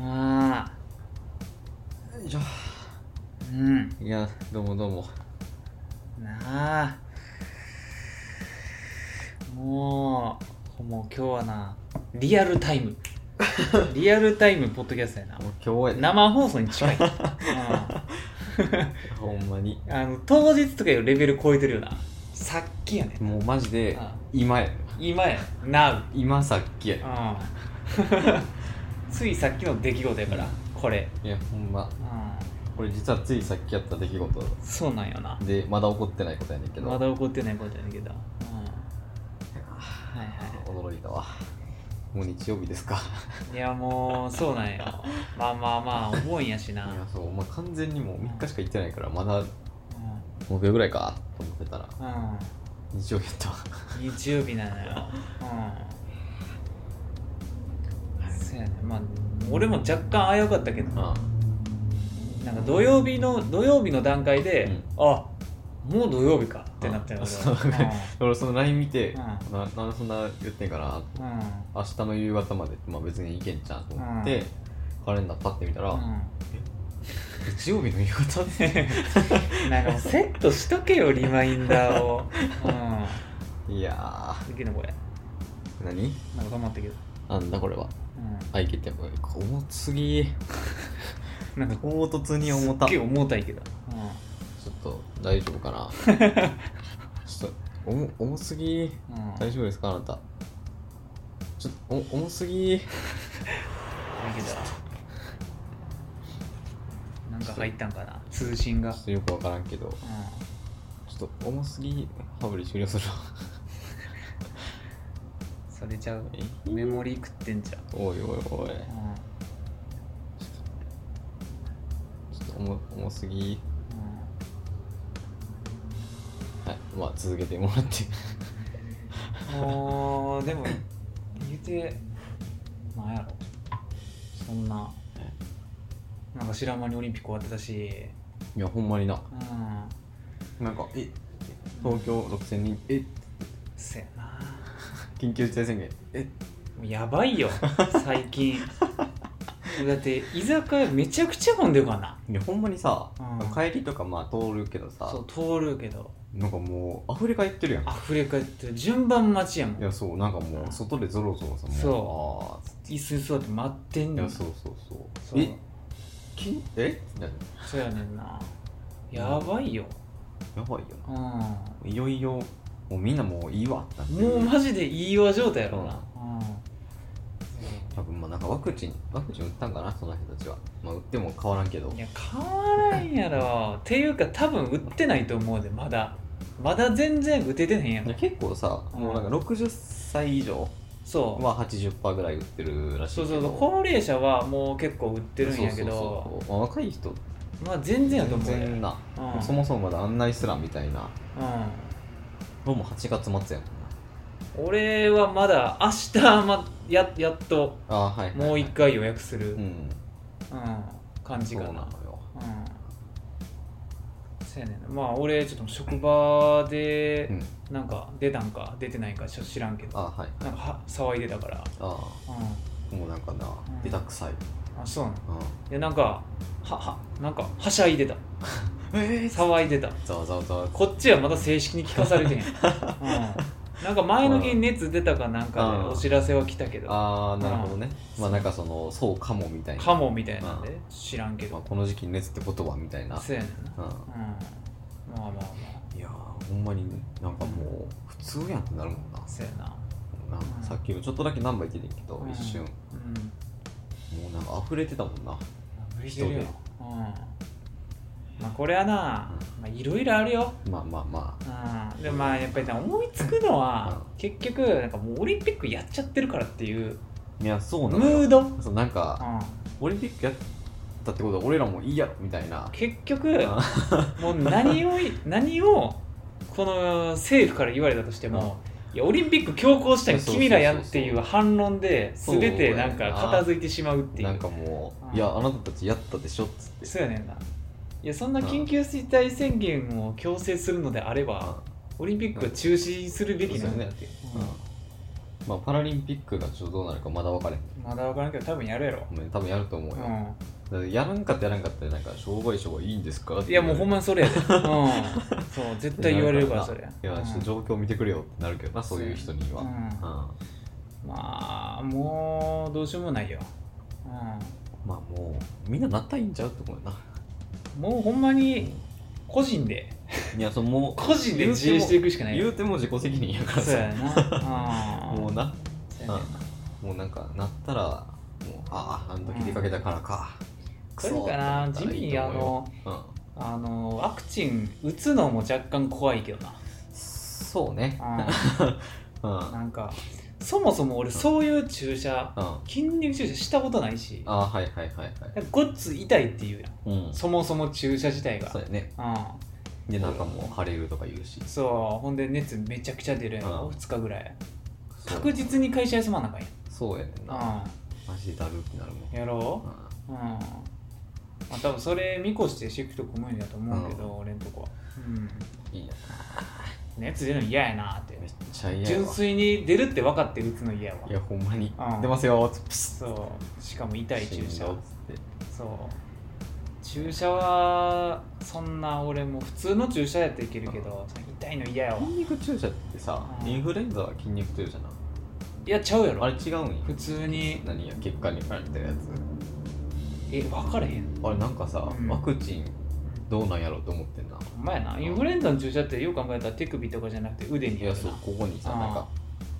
あよいしょあうんいやどうもどうもなあもうもう今日はなリアルタイ ムリアルタイムポッドキャストやなもう今日や生放送に近い、うんほんまにあの当日とかいうレベル超えてるよなさっきやねもうマジであ今や今や Now 今さっきやうん ついさっきの出来事やからこれ、いやほんまうこれ実はついさっきやった出来事ん、そうなんよなでまだ起こってないことやねんけどまだ怒ってないことやねんけど、うん、はいはい驚いたわもう日曜日ですかいやもうそうなんよまあまあまあお盆やしいな、やそうお前完全にもう3日しか行ってないからまだ5秒ぐらいかと思ってたらう日曜日やったわん、うん、日曜日なのようんそうやねまあ俺も若干危うかったけどあなんか土曜日の土曜日の段階で、うんあもう土曜日かってなったよあ俺そう俺その LINE 見て、うんななんでそんな言ってんかなはうん明日の夕方まで、まあ、別に行けんじゃんと思って、うんカレンダーパッて見たら、う日曜日の夕方でん、なんかもうセットしとけよリマインダーをう いやんできるのこれー何なんか止まったけどなんだこれうはあいけても重すぎんなんか唐突に重たすちっょげえ重たいけどうんっと大丈夫かな ちょっと重重すぎうん大丈夫ですかあなたちょっとお重すぎだけどなんか入ったんかな通信がちょっとよくわからんけどうちょっと重すぎハブリ終了するわんそ れちゃうえメモリー食ってんじゃんおいおいうおいんうんちょっと重重すぎはいまあ続けてもらってもうでも言うてなんやろそんななんか知らん間にオリンピック終わってたしいやほんまになうんなんかえ東京6000人えせやな緊急事態宣言えもうやばいよ最 近だって居酒屋めちゃくちゃ混んでるからないやほんまにさ、うん帰りとかまあ通るけどさそう通るけどなんかもう溢れ返ってるやんあふれ返ってる順番待ちやもんいやそうなんかもう外でゾロゾロさもそうあーつって椅子に座って待ってんいのやよそうそうそうそうえきえやそうやねんなやばいよやばいようんな。いよいよもうみんなもういいわってなってるもうマジでいいわ状態やろなうん多分まあなんかワクチンワクチン打ったんかなその人たちはまあ打っても変わらんけどいや変わらんやろっていうか多分売ってないと思うでまだまだ全然打ててへんやいやん結構さもうなんか60歳以上そうは80%ぐらい打ってるらしいそうけそうどそう高齢者はもう結構売ってるんやけそうそどうそうまあ若い人まあ全然やと全思うで然な、うんそもそもまだ案内すらみたいなうどうも8月末やもんなん俺はまだ明日まややっとあーはいはい、はい、もう一回予約する、うんうん、感じそうかななのようんそうやねんなまあ俺ちょっと職場でうんなんか出たんか出てないんかちょっと知らんけどあーはいなんかは騒いでたからあうんーもうなんかなうん出たくさい、あそうなのういやなんかははなんかはしゃいでたん、え騒いでたざわざわざわこっちはまだ正式に聞かされてへん、うん、なんか前の日に熱出たかなんかうでんお知らせは来たけどああなるほどね、まあなんかそのそうかもみたいなかもみたいなんでう知らんけまあ、どこの時期に熱って言葉みたいな、そうやねんなうんまうあまあまあん、いやーほんまになんかもう普通やんってなるもんなそうやななんかさっきもちょっとだけ何杯出てんけど、うん一瞬うんもうなんか溢れてたもんな無理してるよ、うん、まあこれはな、まあ、いろいろあるよ、まあまあまうん、でもまあやっぱりな思いつくのはう結局なんかもうオリンピックやっちゃってるからっていうあいやそうムなのよード、うそうなんかん、オリンピックやったってことは俺らもいいやろみたいな結局もう何を い何をこの政府から言われたとしても、いやオリンピック強行したんそうそうそうそう君らやんっていう反論でそう全やてななんか片付いてしまうっていなんうかもあう「いやあなたたちやったでしょ」っつってそうやねんないやそんな緊急事態宣言を強制するのであれば、あオリンピックは中止するべきなんだって、うんまあ、パラリンピックがちょっとどうなるかまだ分かれへんまだ分からんけど多分やるやろお前多分やると思うよ、うだからやらんかったやらんかったでなんか商売商売いいんですかっんていやもうほんままにそ れやでうんそう絶対言われるからそれいやちょっと状況見てくれよってなるけどなそういう人には、ううんんままあもうどうしようもないよ、う、あもうみんななったらいいんちゃうと思うよなんもうほんまに個人でいやそのもう個人で自衛していくしかない言うても自己責任やからそうやさな、うん、もうなそうやねもうなんかなったらもうあああの時出かけたからか、それかな地味にあのうんあのワクチン打つのも若干怖いけどなそうねうんうんうん、なんかそもそも俺そういう注射あ筋肉注射したことないしあはいはいはいはいごっつ痛いって言うやんうんそもそも注射自体がそうやねうでなんかもう腫れるとか言うしんそうほんで熱めちゃくちゃ出るやんうん2日ぐらいそう確実に会社休まなあかんそうやねんなやん、マジでだるってなるもんうん、やろうんううんまあ多分それ見越してシフト組むんやと思うけど、俺んとこは、うん、いいや熱出るの嫌やなってめっちゃ嫌や純わ粋に出るって分かって打つの嫌やわいやほんまにうん出ますよつってプスそうしかも痛い注死ん射だっつってそう注射はそんな俺も普通の注射やっていけるけど、痛いの嫌やわ筋肉注射ってさうんインフルエンザは筋肉注射ないやちゃうやろあれ違うんや普通に何や血管に入ってるやつえ分かれへんあれなんかさうんワクチンどうなんやろうと思ってんなお前なインフルエンザの注射ってよく考えたら手首とかじゃなくて腕にいややるそうなここにさうんなんか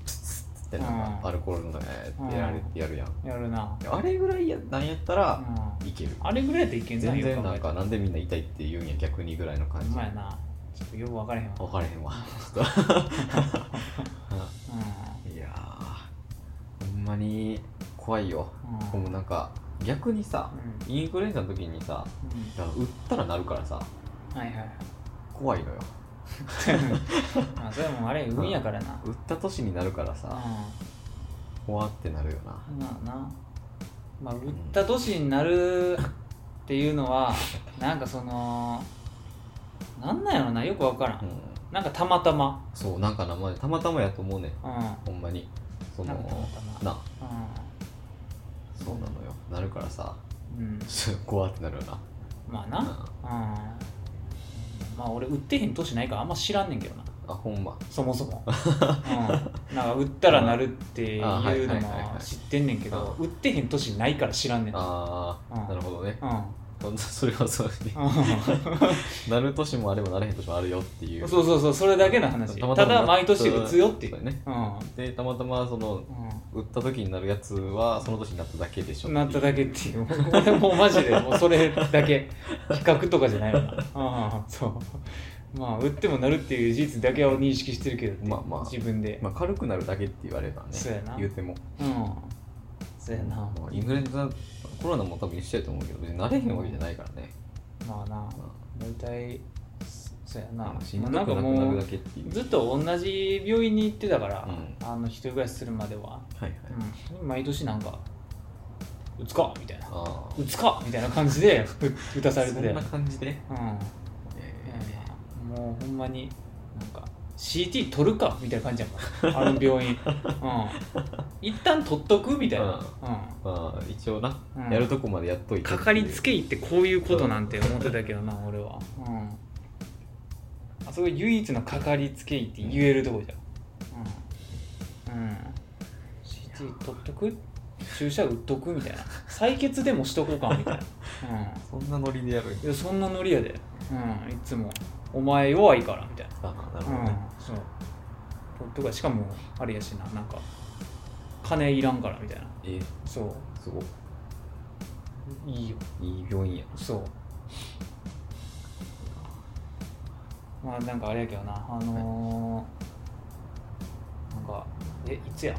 プスッってなんうんかアルコールのえーってやられてやるやんやるな、あれぐらいやなんやったうらん、いけるあれぐらいやったらいけんな全よ然く考なえんたからなんでみんな痛いって言うんや逆にぐらいの感おじ前なちょっとよく分かれへんわ、分からへん わういやーほんまに怖いよんうんもうなんか逆にさうインフルエンザの時にさんうんだから打ったらなるからさはいはいはい怖いのよまあそれもあれ運やからな、打った年になるからさ怖ってなるよなまあな、まあ、売った年になるっていうの はなんかそのなんなんやろなよくわからん、うんなんかたまたまそうなんかなまあたまたまやと思うねんうんほんまにそなのんかたまたまなそうなのよなるからさうん、うん、ちょっと怖ってなるよなまあな、うん、うんまあ俺売ってへん年ないからあんま知らんねんけどなあほんまそもそ も、うん、なんか売ったらなるっていうのあはいはいはいははい知ってんねんけど売ってへん年ないから知らんねんなあうんあなるほどねうんほんとそれはそうねなる年もあればなれへん年もあるよっていううんそうそうそうそれだけの話ただ毎年打つよっていうそうねうんでたまたまその売った時になるやつはその年になっただけでしょなっただけけっていう俺もうマジでもうそれだけ比較とかじゃないよなああそうまあ打ってもなるっていう事実だけは認識してるけどってまあまあ自分で、まあ軽くなるだけって言われたらねそうやな言うてもうんそうやなまあインフルエンザコロナも多分一緒やと思うけど別になれへんわけじゃないからね、まあなま大体そうやあなまあしんどくななんくかなもるうだけっていうずっと同じ病院に行ってたから、うあの一人暮らしするまでは、はいはい、うん、毎年なんか打つかみたいなあ打つかみたいな感じで う打たあされてそたよんな感じで、うんえもうほんまになんか CT 取るかみたいな感じやもんあの病院、うん、一旦取っとくみたいな、ーまあ一応な、うんやるとこまでやっうといん、てかかりつけ医ってこういうことなんて思ってたけどな俺は、うん、あそこ唯一のかかりつけ医って言えるとこじゃん、うんうん、CT 取っとく注射打っとくみたいな採血でもしとこうかみたいな、そんなノリでやるうん、いやそんなノリやで、うん、いつもお前弱いからみたいなああなるほどね、うん、そうとかしかもあれやしななんか金いらんからみたいなえそすごいういいよいい病院やそうまあなんかあれやけどなあのーなんかえいつや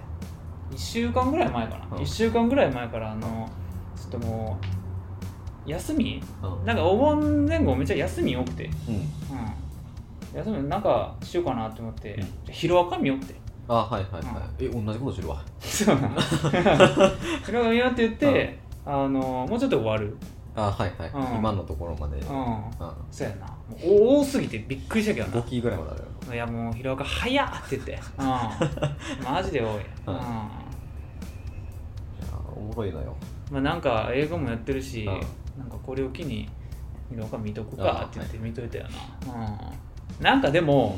1週間ぐらい前かな、うん1週間ぐらい前からあのちょっともう休みうんなんかお盆前後めっちゃ休み多くてうんうん休みなんかしようかなと思って、うんじゃあヒロアカ見ようってあはいはいはい、え同じことしてるわ そうなの。それを見ようって言って、あのもうちょっと終わるあはいはい、うん今のところまで、うんうんそうやなもうお多すぎてびっくりしたけど5期ぐらいまであるよないやもう平岡早っって言っ て、うん、マジで多い、うんいやーおもろいのよまあ、なんか映画もやってるし、うんなんかこれを機に平岡見とこかって言って見といたよな、うん、なんかでも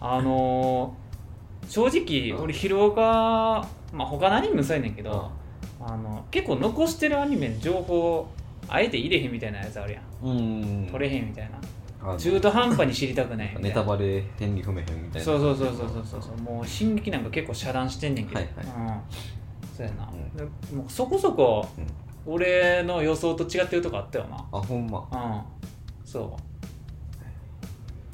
あのー正直うん俺広岡、まあ、他のアニメもそうやねんけど、あの結構残してるアニメの情報あえて入れへんみたいなやつあるやんうん取れへんみたいなあの中途半端に知りたくないみたいなネタバレ変に踏めへんみたいなそうそうそうそうそうそうもう進撃なんか結構遮断してんねんけど、はいはいうん、そうやな、うんでもうそこそこうん俺の予想と違ってるとこあったよなあほんまうんそ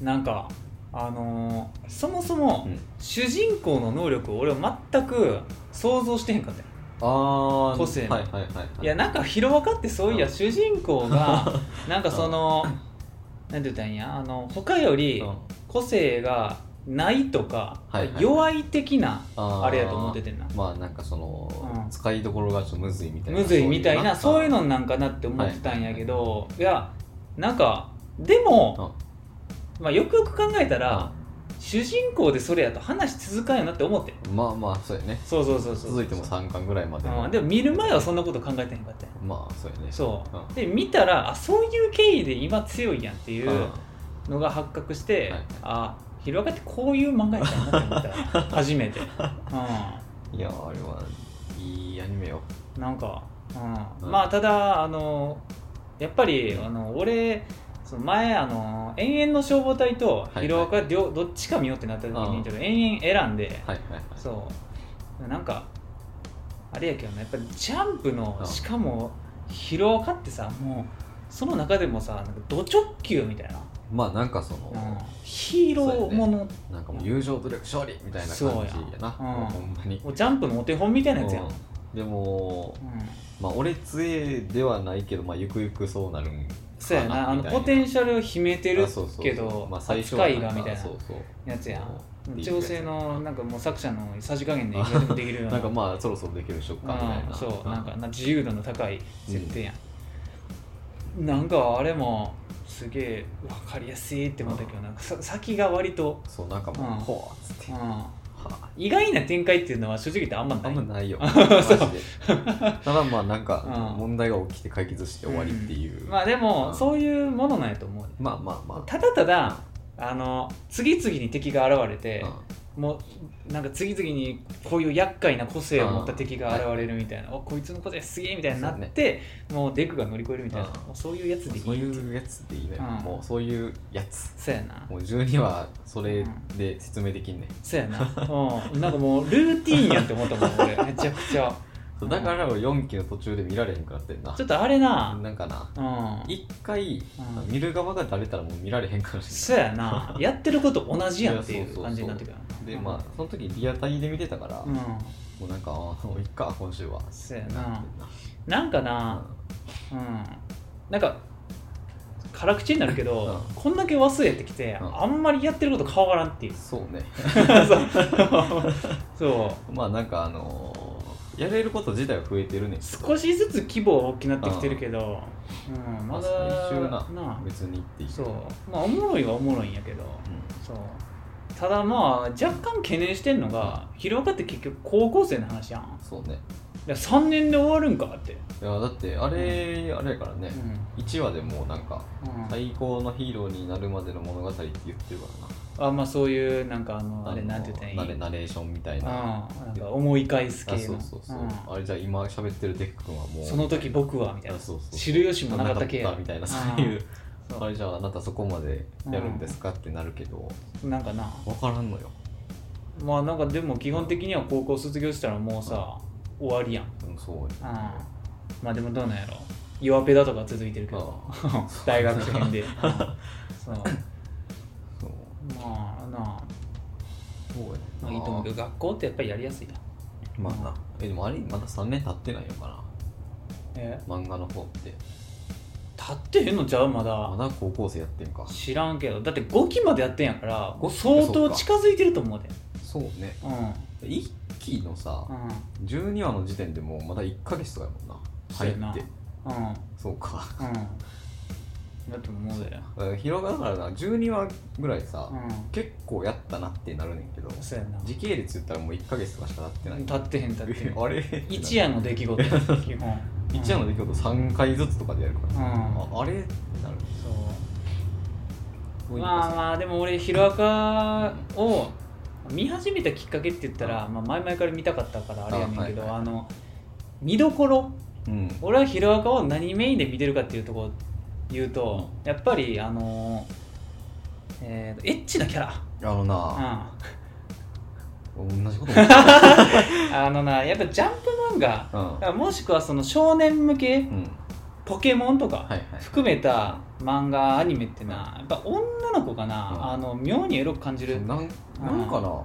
うなんかあのーそもそうもん主人公の能力を俺は全く想像してへんかったよああ個性のはいはいはいはいいやなんかヒロアカってそういやうん主人公 がなんかそのなんて言ったらいいんやあの他よりうん個性がないとか、はいはいはい弱い的なあーあれやと思っててんなまあなんかその、うん使いどころがちょっとむずいみたいなむずいみたいなそういうののなんかなって思ってたんやけど、いやなんかでも、まあ、よくよく考えたら、主人公でそれやと話続かんよなって思ってまあまあそうやねそうそうそうそう続いても3巻ぐらいまで、うん、でも見る前はそんなこと考えてへんかったよまあそうやねそううで見たらあそういう経緯で今強いやんっていんうんうのが発覚して、はいあヒロアカってこういう漫画やったんだなって思った 初めて、ういやあれはいいアニメよん、なんか、うんうんまあただあのやっぱりあの俺その前あの永遠の消防隊とはいヒロアカ両、どっちか見ようってなった時うにんちょっと延々選んで、はいはいはいそうなんかあれやけどねやっぱりジャンプのうんしかもヒロアカってさもうその中でもさなんかド直球みたいな、まあなんかその、うんヒーローものなんかもう友情努力勝利みたいな感じやなそうやうんほんまにもうジャンプのお手本みたいなやつやん、ううんんでもまあ俺杖ではないけどまあゆくゆくそうなるんそうやなあのみたいなポテンシャルを秘めてるあそうそうけどまあ最初扱はいがなんかみたいなそうそうやつやそうんいい調整のなんかもう作者のさじ加減でいくらでもできるようななんかまあそろそろできるでしょうかみたいうんなそうなんかな自由度の高い設定やん、なんかあれもすげえ分かりやすいって思ったけどなんかさ先が割と、そうなんかうんもうほわっつってうはん、あ意外な展開っていうのは正直言ってあんまあないんまないよマジ そうで ただまあなんかうん問題が起きて解決して終わりっていう、うんままあでも、うんそういうものなんやと思うであまあまただただあの次々に敵が現れてあ、、もうなんか次々にこういう厄介な個性を持った敵が現れるみたいな、おこいつの個性すげえみたいになって、もうデクが乗り越えるみたいな、うんもうそういうやつうんでいいそういうやつでいいね、うんもうそういうやつそうやなもう12はそれで説明できんね、そうやな、うん、なんかもうルーティンやって思ったもん俺めちゃくちゃそうだから俺4期の途中で見られへんくなってんなちょっとあれななんかなうん一回うん見る側が誰たらもう見られへんからしそうやなやってること同じやんっていいやそうそうう そう感じになってくるよなでまあその時リアタイで見てたから、うんもうなんかあーもういっか今週はそうやななんかなうんなんか辛口になるけど、うこんだけ忘れてきて、うんあんまりやってること変わらんっていう そうねそうまあなんかあのーやれること自体は増えてるねんけど少しずつ規模は大きくなってきてるけど、うん、ままあだ最終ななあ別にっていうそうう、まあおもろいはおもろいんやけど、そうただまあ若干懸念してんのが広岡って結局高校生の話やんん、そうねいや3年で終わるんかって、いやだってあれ、あれやからね、うん一1話でもうなんか最高のヒーローになるまでの物語って言ってるからなあまあそういうなんかあのあれのなんて言ったらいいナレナレーションみたいなあなんか思い返す系あのそうそうそう、うあれじゃあ今喋ってるデック君はもうんその時僕はみたいあなそうそう知る由もなかった系なやかみたいなそういうそうあれじゃああなたそこまでやるんですかってなるけどなんかな分からんのよまあなんかでも基本的には高校卒業したらもうさ終わりやん、うん、うんそうまあでもどうなんやろ弱ペダとか続いてるけどあ 大学生で、うんそうそうまあなあそうやねまあいいと思うけど学校ってやっぱりやりやすいなまあなえでもあれまだ3年経ってないのかえな漫画の方って立ってへんのちゃうままだだ高校生やってんか知らんけどだって5期までやってんやから五期相当近づいてると思うでそうねうんうん1期のさ12話の時点でもうまだ1ヶ月とかやもんなそう入やなってうんうんそうかだと思うだようん広がるからな12話ぐらいさ、う結構やったなってなるねんけどんそうやな時系列言ったらもう1ヶ月とかしか経ってない立ってへん立って へん あれ一夜の出来事基本 一夜の出来事3回ずつとかでやるから、うんああれってなるそうまああまあでも俺ヒロアカを見始めたきっかけって言ったら、まあ、前々から見たかったからあれやねんけどああ,、はいはいの見どころうん俺はヒロアカを何メインで見てるかっていうとこ言うとやっぱりあのえーとエッチなキャラ、あのう、なん同じこと 思ったあのなやっぱジャンプ漫画うんもしくはその少年向けうんポケモンとかはいはい含めた漫画アニメってなやっぱ女の子かな、うんあの妙にエロく感じる、なんなんかな、うん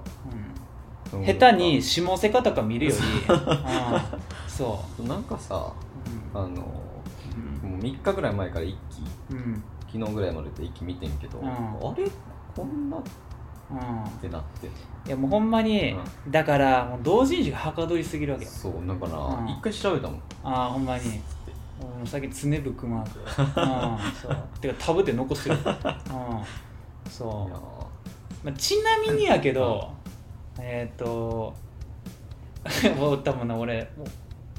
下手に下せ方か見るより、うんそうんなんかさあう、のうんもう3日ぐらい前から一気うんうん昨日ぐらいまでで一気見てんけど、うんあれこんなっうんてなっていやもうほんまに、だからもう同人誌がはかどりすぎるわけそうだからうん一回調べたもんああほんまに俺もう最近常ぶくまく、うん、そうてかタブで残してる、うん、そういやまあ、ちなみにやけど、えっ、ー、と もう多分な俺もう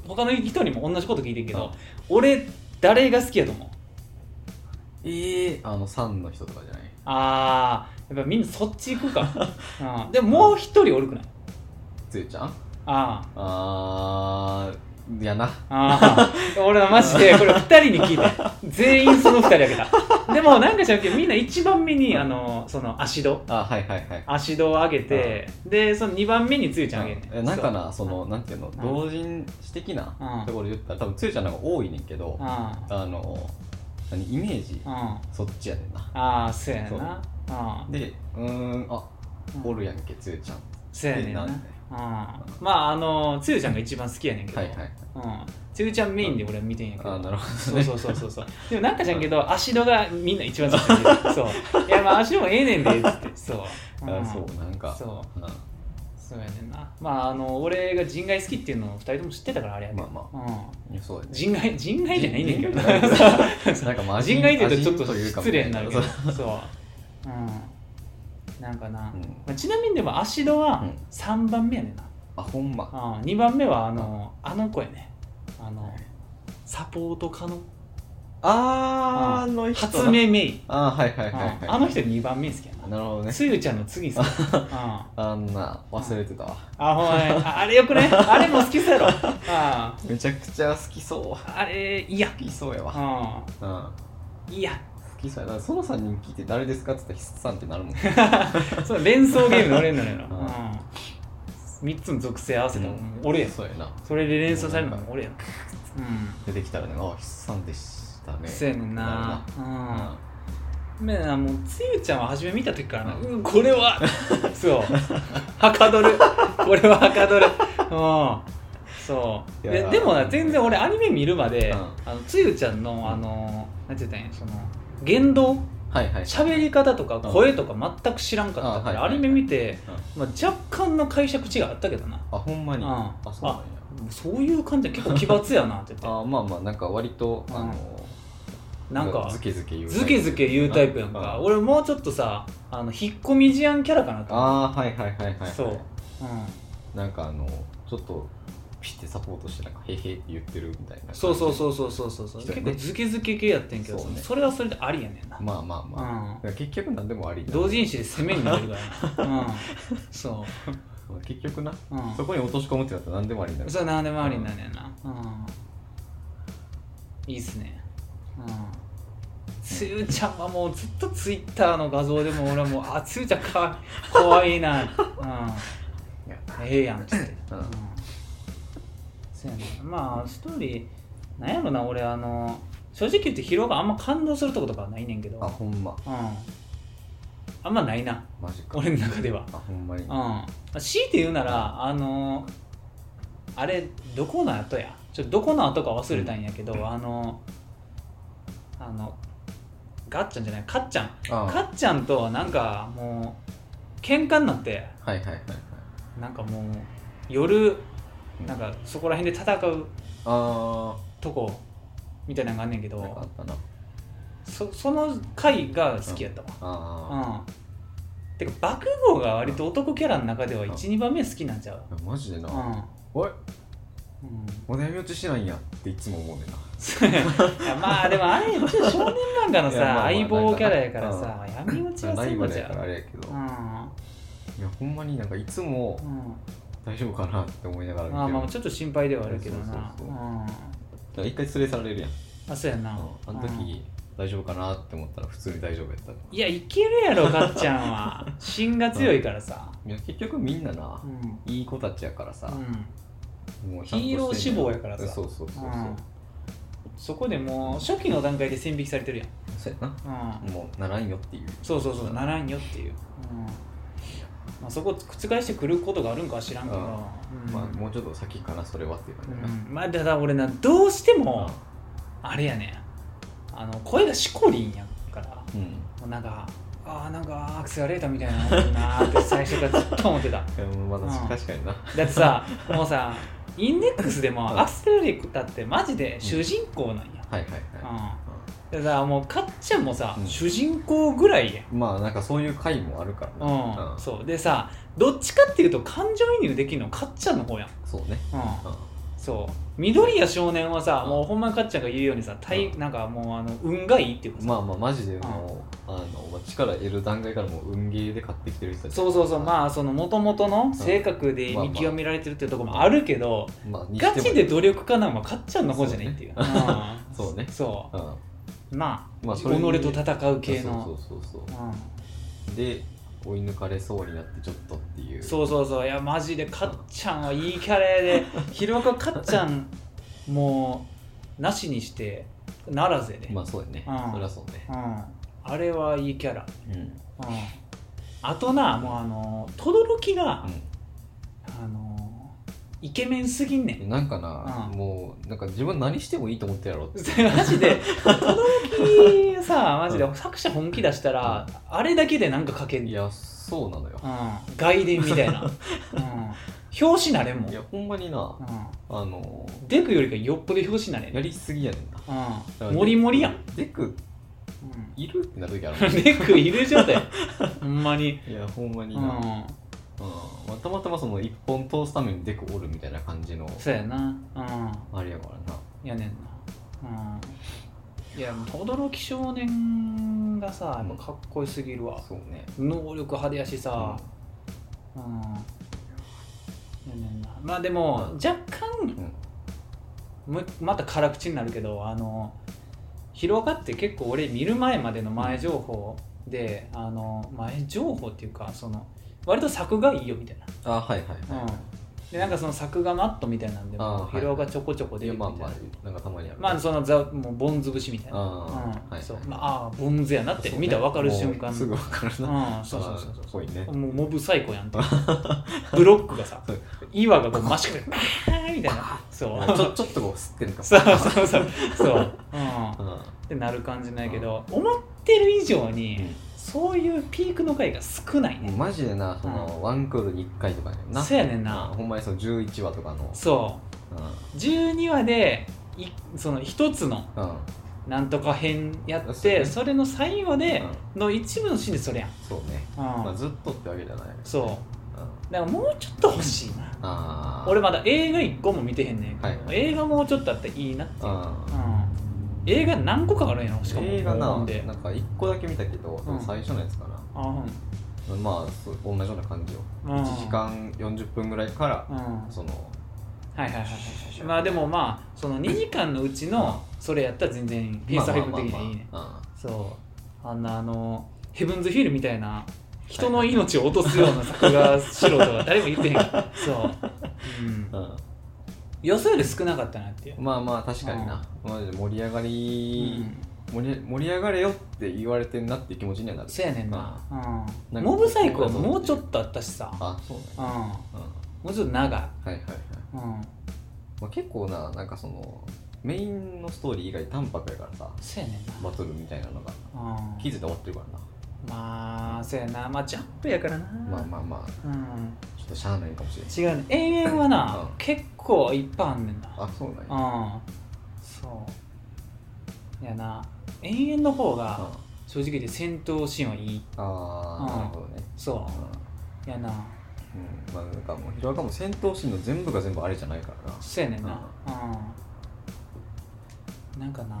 他の人にも同じこと聞いてんけど、うん俺誰が好きやと思うええあの3の人とかじゃないあーやっぱみんなそっち行く か、うん、でももう一人おるくないつえちゃんあーあーいやなあー俺はマジでこれ二人に聞いた全員その二人やけたでもなんか知らんけどみんな一番目にあのその足戸あはいはいはい足戸を上げてでその二番目につゆちゃんあげんねえなんかなそのなんていうのん同人誌的うなんところで言ったら多分つえちゃんの方が多いねんけどああの何イメージあうんそっちやねんなああそうやなあでうーんあうんおるやんけつえちゃんそうやねんなっうてんんねまああのつゆちゃんが一番好きやねんけど、はいはいうん、つゆちゃんメインで俺は見てんやけど、あなるほどそうねそうそうそうそうでもなんかじゃんけど足戸がみんな一番好きや ねんそういやまあ足戸もええねんでっつってそう、 あんそうなんかそうんそうやねんなまああの俺が人外好きっていうのを二人とも知ってたからあれやねまあまあうんいやそうやね人外人外じゃないねんけど人外そうなんか 魔人外って言うとちょっというか失礼になるけどそうそう、うん、なんかな、うまんあ、ちなみにでも芦戸はうん3番目やねんな、あほんまあ2番目はあのあの子やねあのサポート可能あーあの人な初音メイあーはいはいはいはいああの人2番目好きやななるほどねつゆちゃんの次 好きああんな忘れてたわあほんまにああれよくねあれも好きそうやろあめちゃくちゃ好きそうあれいや好きそうやわあうんいや好きそうやだからその3人聞いて誰ですかって言ったら筆さんってなるもんその連想ゲームのれんのよな、ううん、3つの属性合わせたら俺やそうやなそれで連想されるのも俺やなうん出てきたらねあ筆さんでしたねそうやねんななるうんなめなもうつゆちゃんは初め見た時からな、ううん、これ はそうはかどるこれははかどるうんそういでやでもな全然俺アニメ見るまで、うんあのつゆちゃんのあのなんて言ったらいいんやその言動はいはい喋り方とかうん声とか全く知らんかったあはかいら、はいアニメ見て、うまあ、若干の解釈違いあったけどなあほんまにうんあそうなんやそういう感じは結構奇抜やなって言っ あまあまあなんか割とうんあのてなんかズケズケ言うずけずけ言うタイプやんか、うん俺もうちょっとさあの引っ込み思案キャラかなと思っああはいはいはいはいはいそうたうんなんかあのちょっとピッてサポートしてなんかへへって言ってるみたいなそうそうそううそうそうそうそう、人や結ね構ズケズケ系やってんけどそそうれねはそれでありやねんな、まあまあまあ、うんだから結局何でもありだ同人誌で攻めになる からなうんそ結局な、う、うん、そこに落とし込むってなったら何でもありになるそうなんでもありになんねんな、うん、いいっすねうんつゆちゃんはもうずっとツイッターの画像でも俺はもう「あつゆちゃんかわかわいいな」うんいや「ええやん」っつって、うんそうやなまあストーリーなんやろな俺あの正直言って疲労があんま感動するとことかはないねんけどあほんまうん、あんまないなマジか俺の中ではあほんまにうんまあ強いて言うならあのーあれどこの後やちょっとどこの後か忘れたんやけど、あのーあのガッちゃんじゃないカッちゃんあカッちゃんとなんかもう喧嘩になってはいはいはいはいなんかもう夜うんなんかそこら辺で戦うあとこみたいなのがあんねんけなんかあどったなそその回が好きやったあわうんてか爆豪が割と男キャラの中ではうん12番目好きなんちゃ うあマジでうなんおいうんお悩み落ちしてないんやっていつも思うねんなそうやいやまあでもあれちょっと少年漫画のいやまあまさあ相棒キャラやからさ闇落ちはラすイんバのルじやからゃあれやけどううんいやほんまになんかいつもうん大丈夫かなって思いながら見てまあるまあちょっと心配ではあるけどなそううそうんそうなんか一回連れ去られるやんあそうやあなのあのうん時大丈夫かなって思ったら普通に大丈夫やったいやいけるやろかっちゃん は芯が強いからさいや結局みんななうんいい子たちやからさうんもうちゃんとしてんねんヒーロー志望やからさそうそうそうそううんそこでもう初期の段階で線引きされてるやんそうやなうんもうならんよっていうそうそうそうならんよっていううんまあそこ覆してくることがあるんかは知らんけどうんうんまあもうちょっと先かなそれはっていう感じやなうんまあただ俺などうしてもうあれやねあの声がしこりんやからんうんもうなんかあーなんかアクセラレーターみたいなのあるなーって最初からずっと思ってたいやもうまうんだ確かになだってさもうさインデックスでもうんアクセラレーターってマジで主人公なんや、はいはいうんはだからもうかっちゃんもさ、うん主人公ぐらいやんいまあなんかそういう回もあるからうん、なうんそうでさどっちかっていうと感情移入できるのかっちゃんの方やん、そうねうん、うんそう緑や少年はさ、うんもうほんまにかっちゃんが言うようにさ体、うんなんかもうあの運がいいっていうかさ、まあまあマジでもう、あの力得る段階からもう運ゲーで買ってきてる人たちそうそうそうまあそのもともとの性格でうん見極められてるっていうところもあるけど、まあにガしてチもで努力家なんはかっちゃんの方じゃないっていううん そうねそううんまあ、まあ己それにと戦う系のそうそうそうそううんで追い抜かれそうになってちょっとっていうそうそうそういやマジでかっちゃんはいいキャラや で広岡かっちゃんもうなしにしてならずやで、まあそうやね、うんそれはそうねうん、あれはいいキャラ、うん、うん、うん、あとなもうあの轟が、あのイケメンすぎんねんなんかな、うんもうなんか自分何してもいいと思ってるやろって マジで轟さマジで作者本気出したら、あれだけでなんか書けんいねん、やそうなのようん、外伝みた いな、うん、表紙なれんもんいやほんまになうあのんデクよりかよっぽど表紙なれやねりすぎやねんなうんモリモリやん、デクいるってなる時あるデクいる状 態ほんまにいやほんまうにんな、うんまあ、たまたまその一本通すためにデコおるみたいな感じのそうやなうあれやからなんやねんなうんいや轟少年がさやっぱかっこよすぎるわそうね能力派手やしさうんやねんなまあでもうん若干うんむまた辛口になるけどあの広がって結構俺見る前までの前情報で、あの前情報っていうかその割と作画いいよみたいあはいはいな、はうんい、でなんかその作画マットみたいなんであーもはい広がちょこちょこい出やてくまあるみたいな、まあなんかたまにあるまあそのザもうボン潰しみたいな、うんああ、はいそうまああーボンズやなって見たら分かる瞬間すぐう分かるな、んそうそうそうそうそうねもうモブサイコやん ってブロックがさそう岩がこう真四角でバーンみたいなそうちょちょっとこう吸ってるかもそうそうそうそう、うん、っうんてなる感じなんやけど、思ってる以上にそういうピークの回が少ないもうね、マジでなそのワンクールに1回とかやねんなそうやねんうんな、ほんまにその11話とかのそうんう12話でいその一つのうんなんとか編やっそうてねそれの最後での一部のシーンでそれやん、そうねうんまあずっとってわけじゃないそううんだからもうちょっと欲しいなああ俺まだ映画1個も見てへんねんけど、はい映画もうちょっとあっていいなっていう、うんあ映画何個かあるんやろしかも映画なほんでなんか1個だけ見たけどうん最初のやつかなあうんまあそう同じような感じようん1時間40分ぐらいからうんそのはいはいはいはいまあでもまあその2時間のうちのそれやったら全然ピースハイブ的にはいいねまあまあまあまあそうあんなあのヘブンズ・ヒールみたいな人の命を落とすような作画素人が誰も言ってへんから そう、うん、うんうん予想より少なかったなっていう、まあまあ確かにな、マジで盛り上がうり、ん、盛り盛り上がれよって言われてんなっていう気持ちにはなるそうやねんな,、うん、なんかモブサイクはもうちょっとあったしさ、あそうね、うん、もうん、はうちょっと長い、いはいはい、うん、まあ、結構ななんかそのメインのストーリー以外淡白やからさそうやねんな、バトルみたいなのがうん、気づいて終わってるからな、まあそうやなまあジャンプやからなまあまあまあうんちょっとしゃあないかもしれな違いうね永遠はな、うん結構いっぱいあんねんなあそうなんやうんそうやな延々の方があ正直で戦闘シーンはいいあーなるほどねそあうやなうんまあなんかもうヒロアカも戦闘シーンの全部が全部あれじゃないからなそうやねんなうんなんかな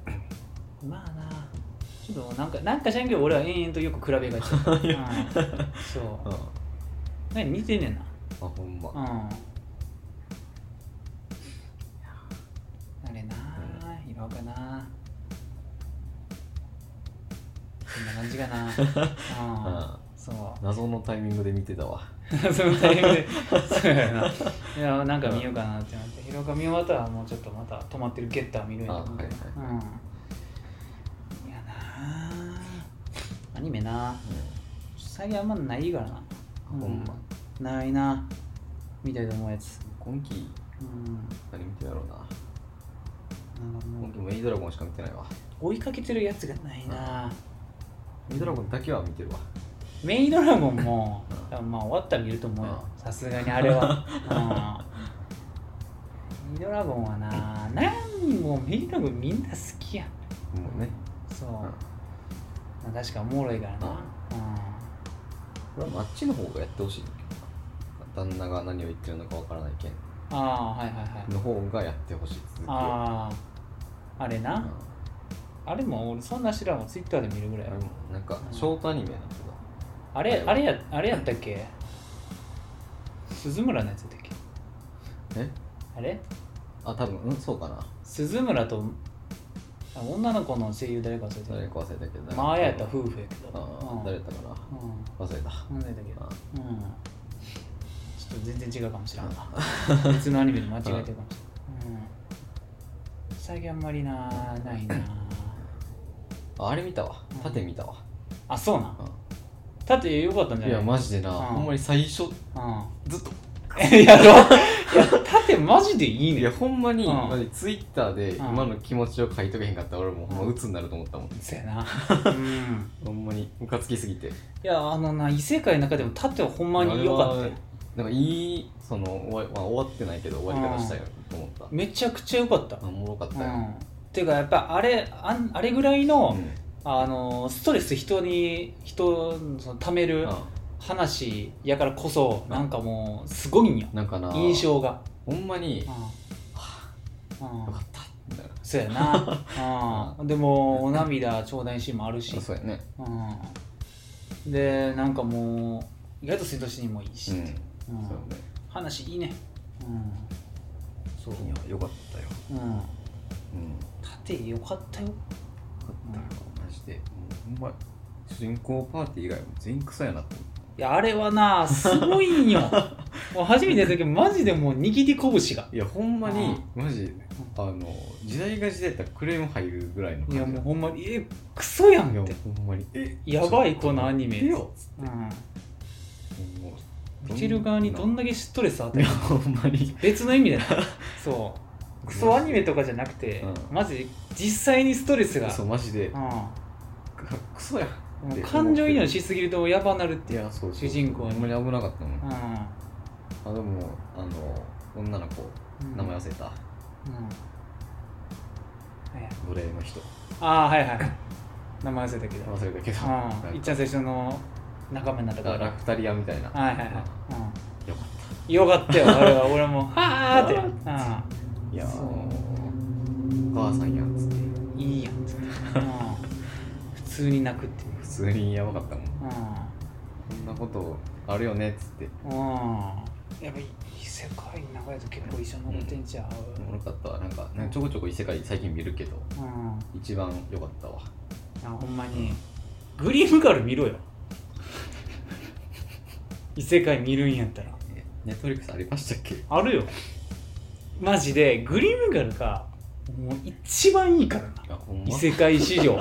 まあなちょっとなんかなんか知らんけど俺は延々とよく比べがち、 うん、そううんなんか似てんねんなあほんまうんあれなあ拾おうかなこんな感じか なうんあそう ー謎のタイミングで見てたわそのタイミングでそうやないやなんか見ようかなってなって広岡見終わったらもうちょっとまた止まってるゲッター見るんやと思うけどあうんいやなあアニメな最近あんまないからなうんほんまうんないなみたいと思うやつ今期うん何見てやろうななんかも今う期も A ドラゴンしか見てないわ追いかけてるやつがないな A ドラゴンだけは見てるわメイドラゴンもうん多分まあ終わったら見ると思うよさすがにあれ はうんメイドラゴンはな何もメイドラゴンみんな好きやんもうねそううんこ、まあ確かおもろいからなうんれはもうあっちの方がやってほしいんだけどな旦那が何を言ってるのかわからないけんうんああはいはいはいの方がやってほしい続きをあああれう、なんあれも俺そんな知らんもツイッターで見るぐらいあれもなんかショートアニメなんだけどあれあれやあれやったっけ鈴村のやつやったっけえあれあ多分うんそうかな鈴村とあ女の子の声優誰か忘れ誰てか忘れたけどたマーヤやったら夫婦やけどあうん誰だったかなうん忘れた何だったっけあうんちょっと全然違うかもしれんわ 別のアニメで間違えてるかもしれんうん最近あんまりなないなああれ見たわうん縦見たわあそうなんうんだってよかったんじゃいないやマジでなうんほんまに最初うんずっとえ やろいや縦マジでいいいねやほんまにうんマジツイッターでうん今の気持ちを書いとけへんかったら俺もほんま鬱になると思ったもんそうやなうんほんまにムカつきすぎていやあのな異世界の中でも縦はほんまに良 かったあれよはなんかいいその終わ,、まあ、終わってないけど終わり方したよと思っためちゃくちゃ良かったあおもろかっうたよ、んていうかやっぱあれあんあれぐらいの、うんあのストレス人に人のそのためる話やからこそ、うんなんかもうすごいんよなんかな印象が、ほんまに、うんうんよかったみたいなそうや な、うん、でもお涙頂戴シーンもあるし、そうやねうん、でなんかもう意外と水道シーンもいいし、うんうんそうね話いいねうんそういやよかったようんうんよ縦よかったよかったよマジでもうほんま主人公パーティー以外も全員クソやなと思っいやあれはなすごいんよ もう初めてやった時マジでもう握り拳がたいやほんまにマジあの時代が時代やったらクレーム入るぐらいのい感じやもうほんまにえクソやんいやってほんまにえやばいこのアニメちょっとうもうん見てる側にどんだけストレス与いえやるほんまに別の意味でな そうクソアニメとかじゃなくて、うんマジで実際にストレスがそうマジでうんかクソやもう感情移入しすぎるとやばなるっていいう、やそう主人公ほにんまに危なかったもうんんあでもあの女の子うん、名前忘れたうんはいはい奴隷の人ああはいはい名前忘れたけど忘れたけどなうん、いっんかちゃん最初の仲間になったかラらラフタリアみたいなはいはいはい、よかっうん、よかった よ俺は俺もはあって、うんたいやそうーお母さんやんつっていいやんっつって、うん、普通に泣くっていう普通にやばかったもんうこんなことあるよねっつってん、うん、やっぱ異世界の中やと結構一緒に残ってんちゃおもろかったわなんかなんかちょこちょこ異世界最近見るけどううん一番良かったわあほんまにグリームガール見 ろよ異世界見るんやったらえネットフリックスありましたっけあるよマジでグリームガールがもう一番いいからなあほん異ま世界史 上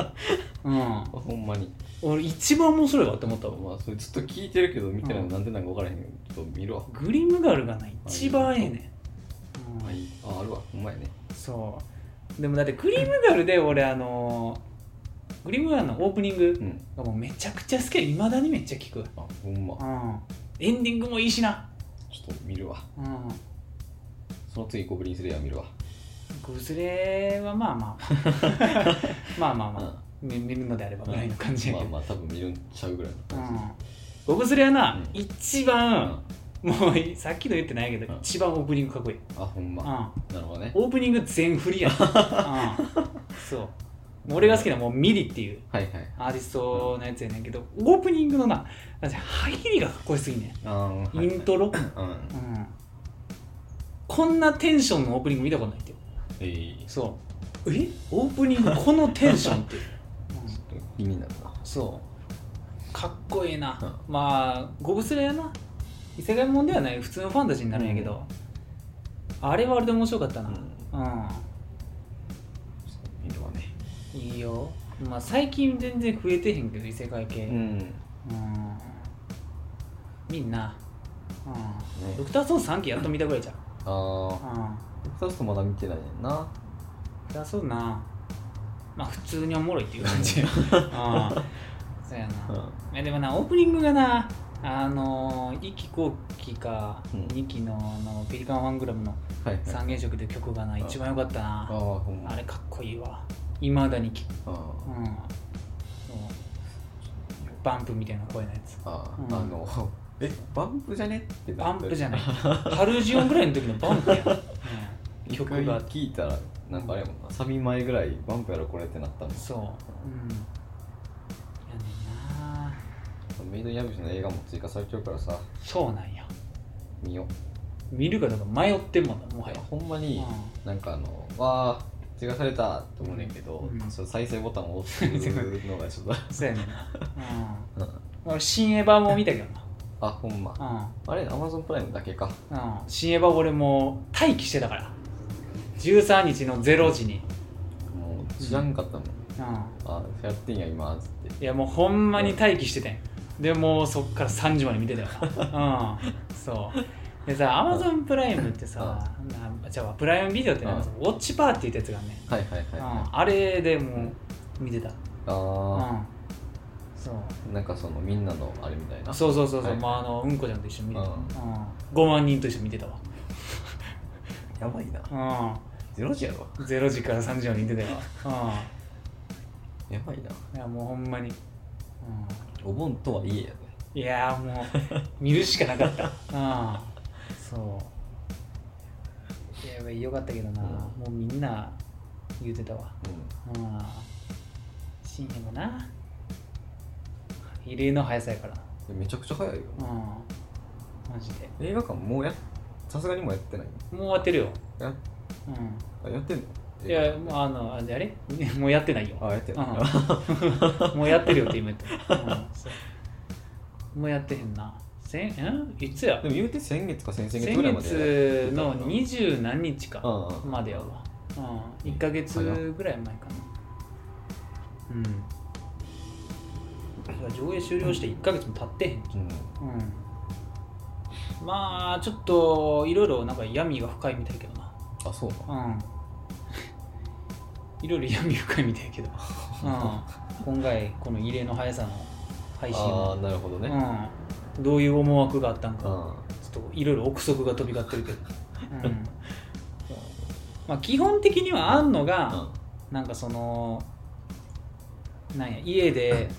うんほんまに俺一番面白いわって思ったわまあそれずっと聞いてるけど見てないのなんでなんか分からへんけどちょっと見るわグリムガルがない一番ええねん、あいいああるわほんまやねそうでもだってグリムガルで俺あのーグリムガルのオープニングうんがもうめちゃくちゃ好きいまだにめっちゃ聞く、あほんまうん、エンディングもいいしな、ちょっと見るわうん、その次ゴブリンスレイヤー見るわ崩れはまあまあ まあまあまあ、み見るのであればぐらいの感じやまけあど、まあ多分見るんちゃうぐらいのう感ん、ボブスレはな、うん一じ、番、もうさっきの言ってないけど、うん一番オープニングかっこいい、あほんうん、ま、なるほどねオープニング全振 りやね、うん、そうもう俺が好きなもうミリっていうはいはいアーティストのやつやねんけどオープニングのななんか入りがかっこよすぎんねあーんはいイントロ、うんうん、こんなテンションのオープニング見たことないってえー、ちそうえオープニングこのテンションって、うんょっと気になるな そうかっこええな、まあゴブスレやな異世界もんではない普通のファンタジーになるんやけど、あれはあれで面白かったな見るわねうん、いいよまあ最近全然増えてへんけど異世界系、うんうんみんな、うんねドクター・ソース3期やっと見たぐらいじゃん、ああうん、そうするとまだ見てないねんなドクター・ソースなまあ普通におもろいっていう感 じうんそうやな、いやでもなオープニングがなあのー、1期後期かうん2期のあのピリカンワングラムのはいはい三原色で曲がなうん一番良かったああなほんまあれかっこいいわいまだにき、あうーん、そうバンプみたいな声のやつあー、うんあのえバンプじゃねってバンプじゃないいハルジオンぐらいの時のバンプ や、うん、曲曲がが聞いたらなんかあれやもんなサビ前ぐらいバンプやろこれってなったもんそううんやねんなメイドインアビスの映画も追加されてるからさそうなんや見よ見るかどうか迷ってんもんなもう、はやほんまにうなんかあのわあ追加されたと思うねんけど、うんちょっと再生ボタンを押すのがちょっんそうや ねんな、うとん、俺新エヴァも見たけどなあほんまうあれアマゾンプライムだけかん、うん、新エヴァ俺もう待機してたから13日の0時に、もう知らんかったもん、うん、あやってんや今つっていやもうほんまに待機しててんでもうそっから3時まで見て たよなうんそうでさアマゾンプライムってさなじゃあプライムビデオってなんかさウォッチパーティーってやつがあんねん、はいはいはい、うんはい、あれでもう見てたうんあそうあなんかそのみんなのあれみたいなそうそうそうそう、はいまあ、あのうんこちゃんと一緒に見てた、ううんん5万人と一緒に見てたわやばいなうゼロ時やろん0時から3時まで見てたよ、うんやばいないやもうほんまに、お盆とはいえやねうん、いやーもう見るしかなか ったうんそういやばいよかったけどな、うんもうみんな言うてたわううん深夜もな異例の速さやからんでめちゃくちゃ早いようんマジで映画館もうやさすがにもうやってないもう終わってるよやうあやってんのんいやもうあのあれあれ もうやってないよあやってんのうん もうやってるよって今言った、うんそうもうやってへんなせんんいつやでも言うて先月か先々月先ぐらいまで月の二十何日かうんうんまでやわ、うん、1か月ぐらい前かなうんだから上映終了して1か月も経ってへん、うんうん、まあちょっといろいろなんか闇が深いみたいけどなあそうか うんいろいろ闇深いみたいけど、うん、今回この異例の速さの配信あはあなるほどねうん、どういう思惑があったんうか、んうんちょっといろいろ憶測が飛び交ってるけど、うんまあ、基本的にはあんのが、なんかそのなんや家で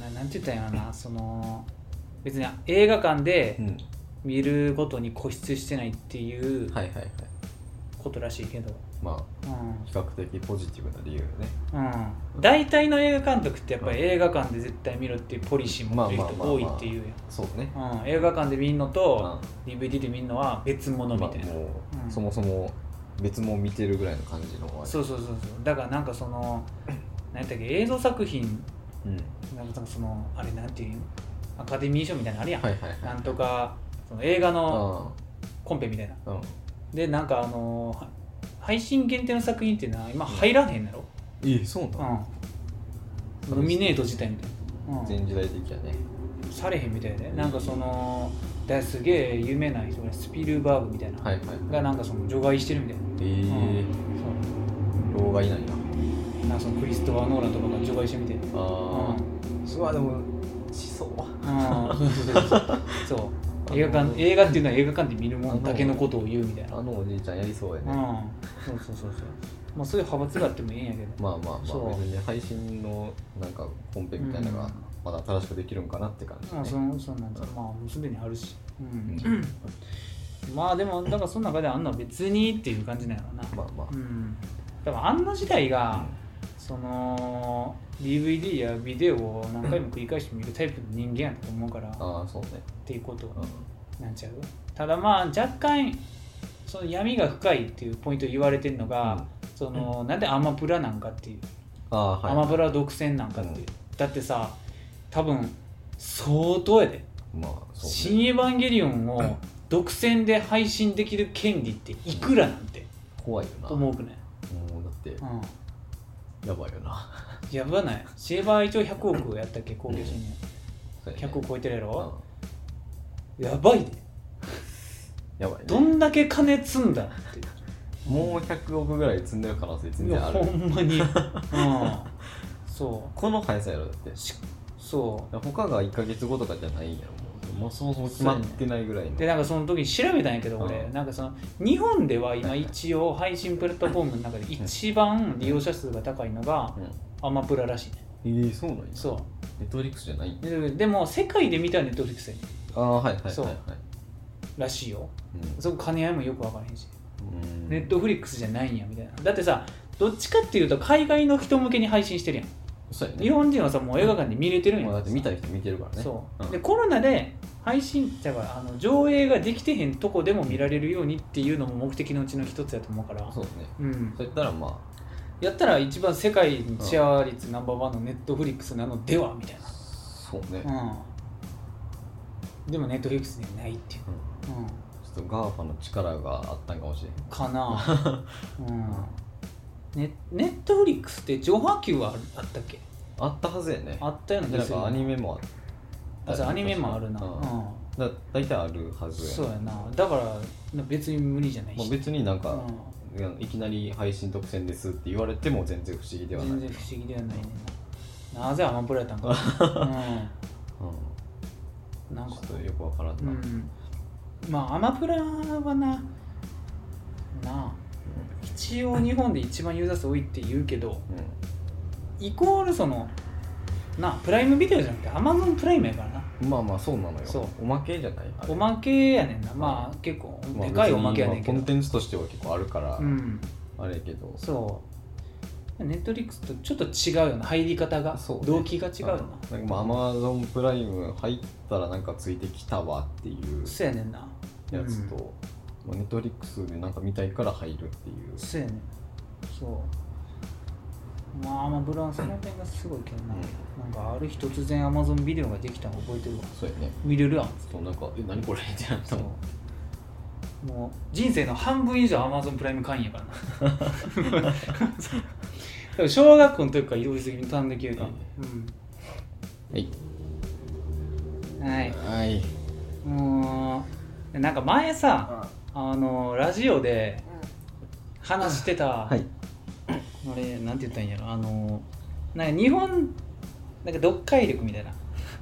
ななんて言ったんやろなその別に映画館でうん見ることに固執してないっていうはいはいはいことらしいけど、まあ比較的ポジティブな理由よねうんうん、大体の映画監督ってやっぱり映画館で絶対見ろっていうポリシー持ってる人まあまあまあまあ多いっていうそうねやん、うん、映画館で見るのうんと DVD で見るのは別物みまあたいな、うもんうそもそも別も見てるぐらいの感じのそううそうそうそうだからなんかそ の何やったっけ映像作品うんなんかそのあれなんていうんアカデミー賞みたいなのあるやん、はいはいはいなんとかその映画のうコンペみたいなんうんでなんかあのは配信限定の作品っていうのは今入らへんやろ、えそうなのうん、ノミネート自体みたいな、うん全時代的やねされへんみたいでなんかそのだすげえ有名な人がスピルバーグみたいな、はいはいがなんかその除外してるみたいなええそ老害なんやうなんかそのクリストワー・ノーランとかが除外してみてあうあうわでもしそううんそうそうそうそうそう映画館映画っていうのは映画館で見るものだけのことを言うみたいなあのおじいちゃんやりそうやうね、んそうそうそうそうまあそういう派閥があってもいいんやけどまあまあまあ別そうに配信のなんか本編みたいなのうがんまだ新しくできるんかなって感じ、ねまあそのそうなんだまあもうすでにあるし、う、うんんまあでもだからその中であんのは別にっていう感じなのかな、まあまあうんでもあんな自体が、その DVD やビデオを何回も繰り返して見るタイプの人間やと思うからっああそうね、ていうことうん、なんちゃうただまあ若干その闇が深いっていうポイントを言われてるのが、そのなんでアマプラなんかっていう、ああはいアマプラ独占なんかっていう、うんだってさ多分相当やでまあそうね新エヴァンゲリオンを独占で配信できる権利っていくらなんて怖いよなとも思うくね、うだってうやばいよなん、やばないシェーバー一応100億やったっけ興行収入そうやね100億超えてるやろ、うやばいでんやばいどねんだけ金積んだってもう100億ぐらい積んでる可能性全い然やあほるんまに、うん、そこの速さやろだってうしそ他が1か月後とかじゃないんやろもうもうそもそも決まってないぐらいのうでなんかその時に調べたんやけど俺、うんなんかその日本では今一応配信プラットフォームの中で一番利用者数が高いのがうんアマプラらしいねえー、そうなんやそうネットフリックスじゃないんやででも世界で見たらネットフリックスああはいはいはいそうはいらしいようんそこ兼ね合いもよく分からへんしうんネットフリックスじゃないんやみたいなだってさどっちかっていうと海外の人向けに配信してるやんそうやね日本人はさもう映画館で見れてるんやまあかだらさって見たい人見てるからねそう、んでコロナで配信だからあの上映ができてへんとこでも見られるようにっていうのも目的のうちの一つやと思うからそうねうんそ、うやったらまあやったら一番世界のシェア率ナンバーワンのネットフリックスなのではみたいそうね、うん、ちょな、うん、でもネットフリックスにはないっていう、うん、っとガーファの力があったんかもしれんかな、うん、ネネットフリックスって上波級はあるあったっけあったはずやねあったような気がでなんするかアニメもああったそうアニメもあるな、うんうだ大体あるはん、ずやねそうやなだから別に無理じゃないし、まあ、別になんか、うんいきなり配信独占ですって言われても全然不思議ではない全然不思議ではないねんななぜアマプラやったん かな、うん、うなんん、かちょっとよくわからんうな、んまあアマプラはななあ一応日本で一番ユーザー数多いって言うけどイコールそのなあプライムビデオじゃなくてアマゾンプライムやからなうんまあまあそうなのよそうおまけじゃないあれおまけやねんなまあ結構まあでかいおまけやねん別けにまあどコンテンツとしては結構あるから、うんあれやけどそうネットリックスとちょっと違うよな入り方がそうね動機が違うよななんかまあアマゾンプライム入ったらなんかついてきたわっていうそうやねんなやつと、ネットリックスでなんか見たいから入るっていうそうやねんそうまあまあブランスの辺がすごいけどな、うんなんかある日突然 Amazon ビデオができたの覚えてるわそうやね見れるやんちょっとなんか「え何これ?」ってなったそうもんもう人生の半分以上 Amazon プライム会員やからなそうで も小学校の時から用意すぎに頼んできるから、はいうん、はいはいもうなんか前さあのラジオで話してた、 はいあれなんて言ったらいいんやろあのなんか日本なんか読解力みたいな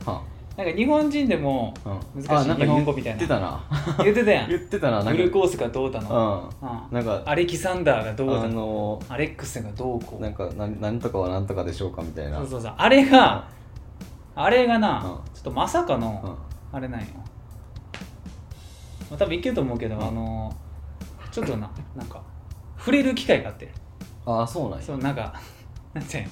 はなんか日本人でもあ、うん、難しい日本語みたい言っなてた な言ってたやん言ってたななんグかルコースがどうだの、ううんんなんかアレキサンダーがどうあだののアレックスがどうこうなんかなんなんとかはなんとかでしょうかみたいなそうそうそうあれがあれがな、うんちょっとまさかの、うんあれなんよ、まあ、多分いけると思うけど、うんあのちょっとななんか触れる機会があってああそうなんやそうなんか なんていうの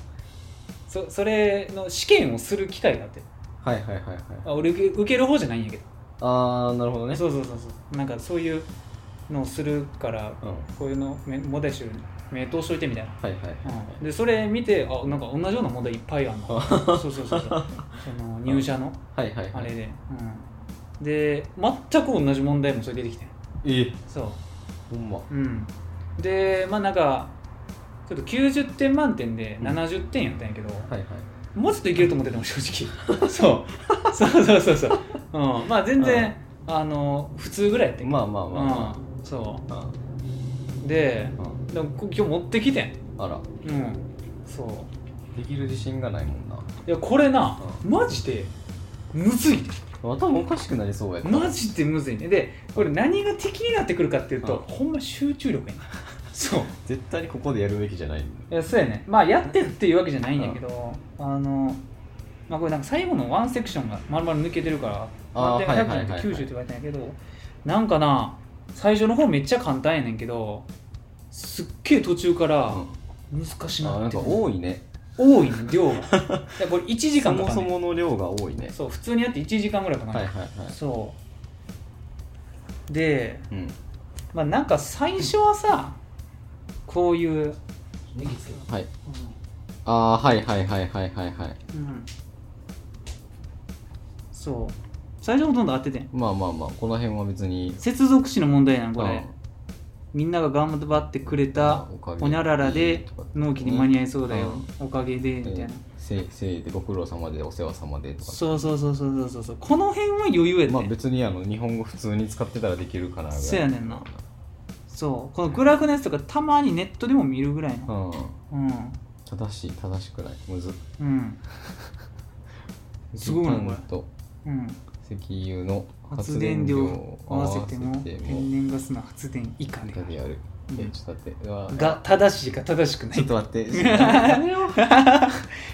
そそれの試験をする機会があってはいはいはいはいあ俺受け受ける方じゃないんやけど、ああなるほどねそうそうそうそうなんかそういうのをするからうんこういうのめ問題集目通しといてみたいな、はいはいはいうん、でそれ見てあなんか同じような問題いっぱいあんなそうそうそうそうその入社のはいはいあはいれで、うん、で全く同じ問題もそれ出てきてんええそほんまううんでまあなんかちょっと90点満点で70点やったんやけど、はいはいもうちょっといけると思ってたもん正 直そうそうそうそうそう、うん、まあ全然あの普通ぐらいやってんまあまあまあまうん、そあうでうんうんでもこ今日持ってきてんあらうんそうできる自信がないもんなでこれなマジでむずいで頭おかしくなりそうやったマジでむずいねでこれ何が敵になってくるかっていうと、ほんま集中力や ねそう絶対にここでやるべきじゃないんいやそうやねまあやってっていうわけじゃないんやけど、あのまあこれなんか最後のワンセクションがまるまる抜けてるからあー満点はいは100いはい点はい90って言われたんやけどなんかな最初の方めっちゃ簡単やねんけどすっげえ途中からうん難しあななっんてかくる、多いね多いね量 がだからこれ1時そ間ともか、ね、そもの量が多いねそう普通にやって1時間ぐらいかかる、はいはいはいそうでうんまあなんか最初はさこういうはいああーはいはいはいはいはいはいうんそう最初ほとんど合っててんまあまあまあこの辺は別に接続詞の問題なのこうれんみんなが頑張ってくれたおかげおにゃららいいでとかって納期に間に合いそうだようんおかげでみたいなえーせいせいでご苦労様でお世話様でとかそうそうそうそうそうそうこの辺は余裕やでまあ別にあの日本語普通に使ってたらできるかなぐらいそうやねんなそうこのグラフのやつとかたまにネットでも見るぐらいのうんうん正しい正しくないむずうんすごいなこれ石炭とうん石油の発電量を合わせて合もわせて天然ガスの発電以下以で下でやるうんえちょっと待 ってうわが正しいか正しくなちょいっかと待って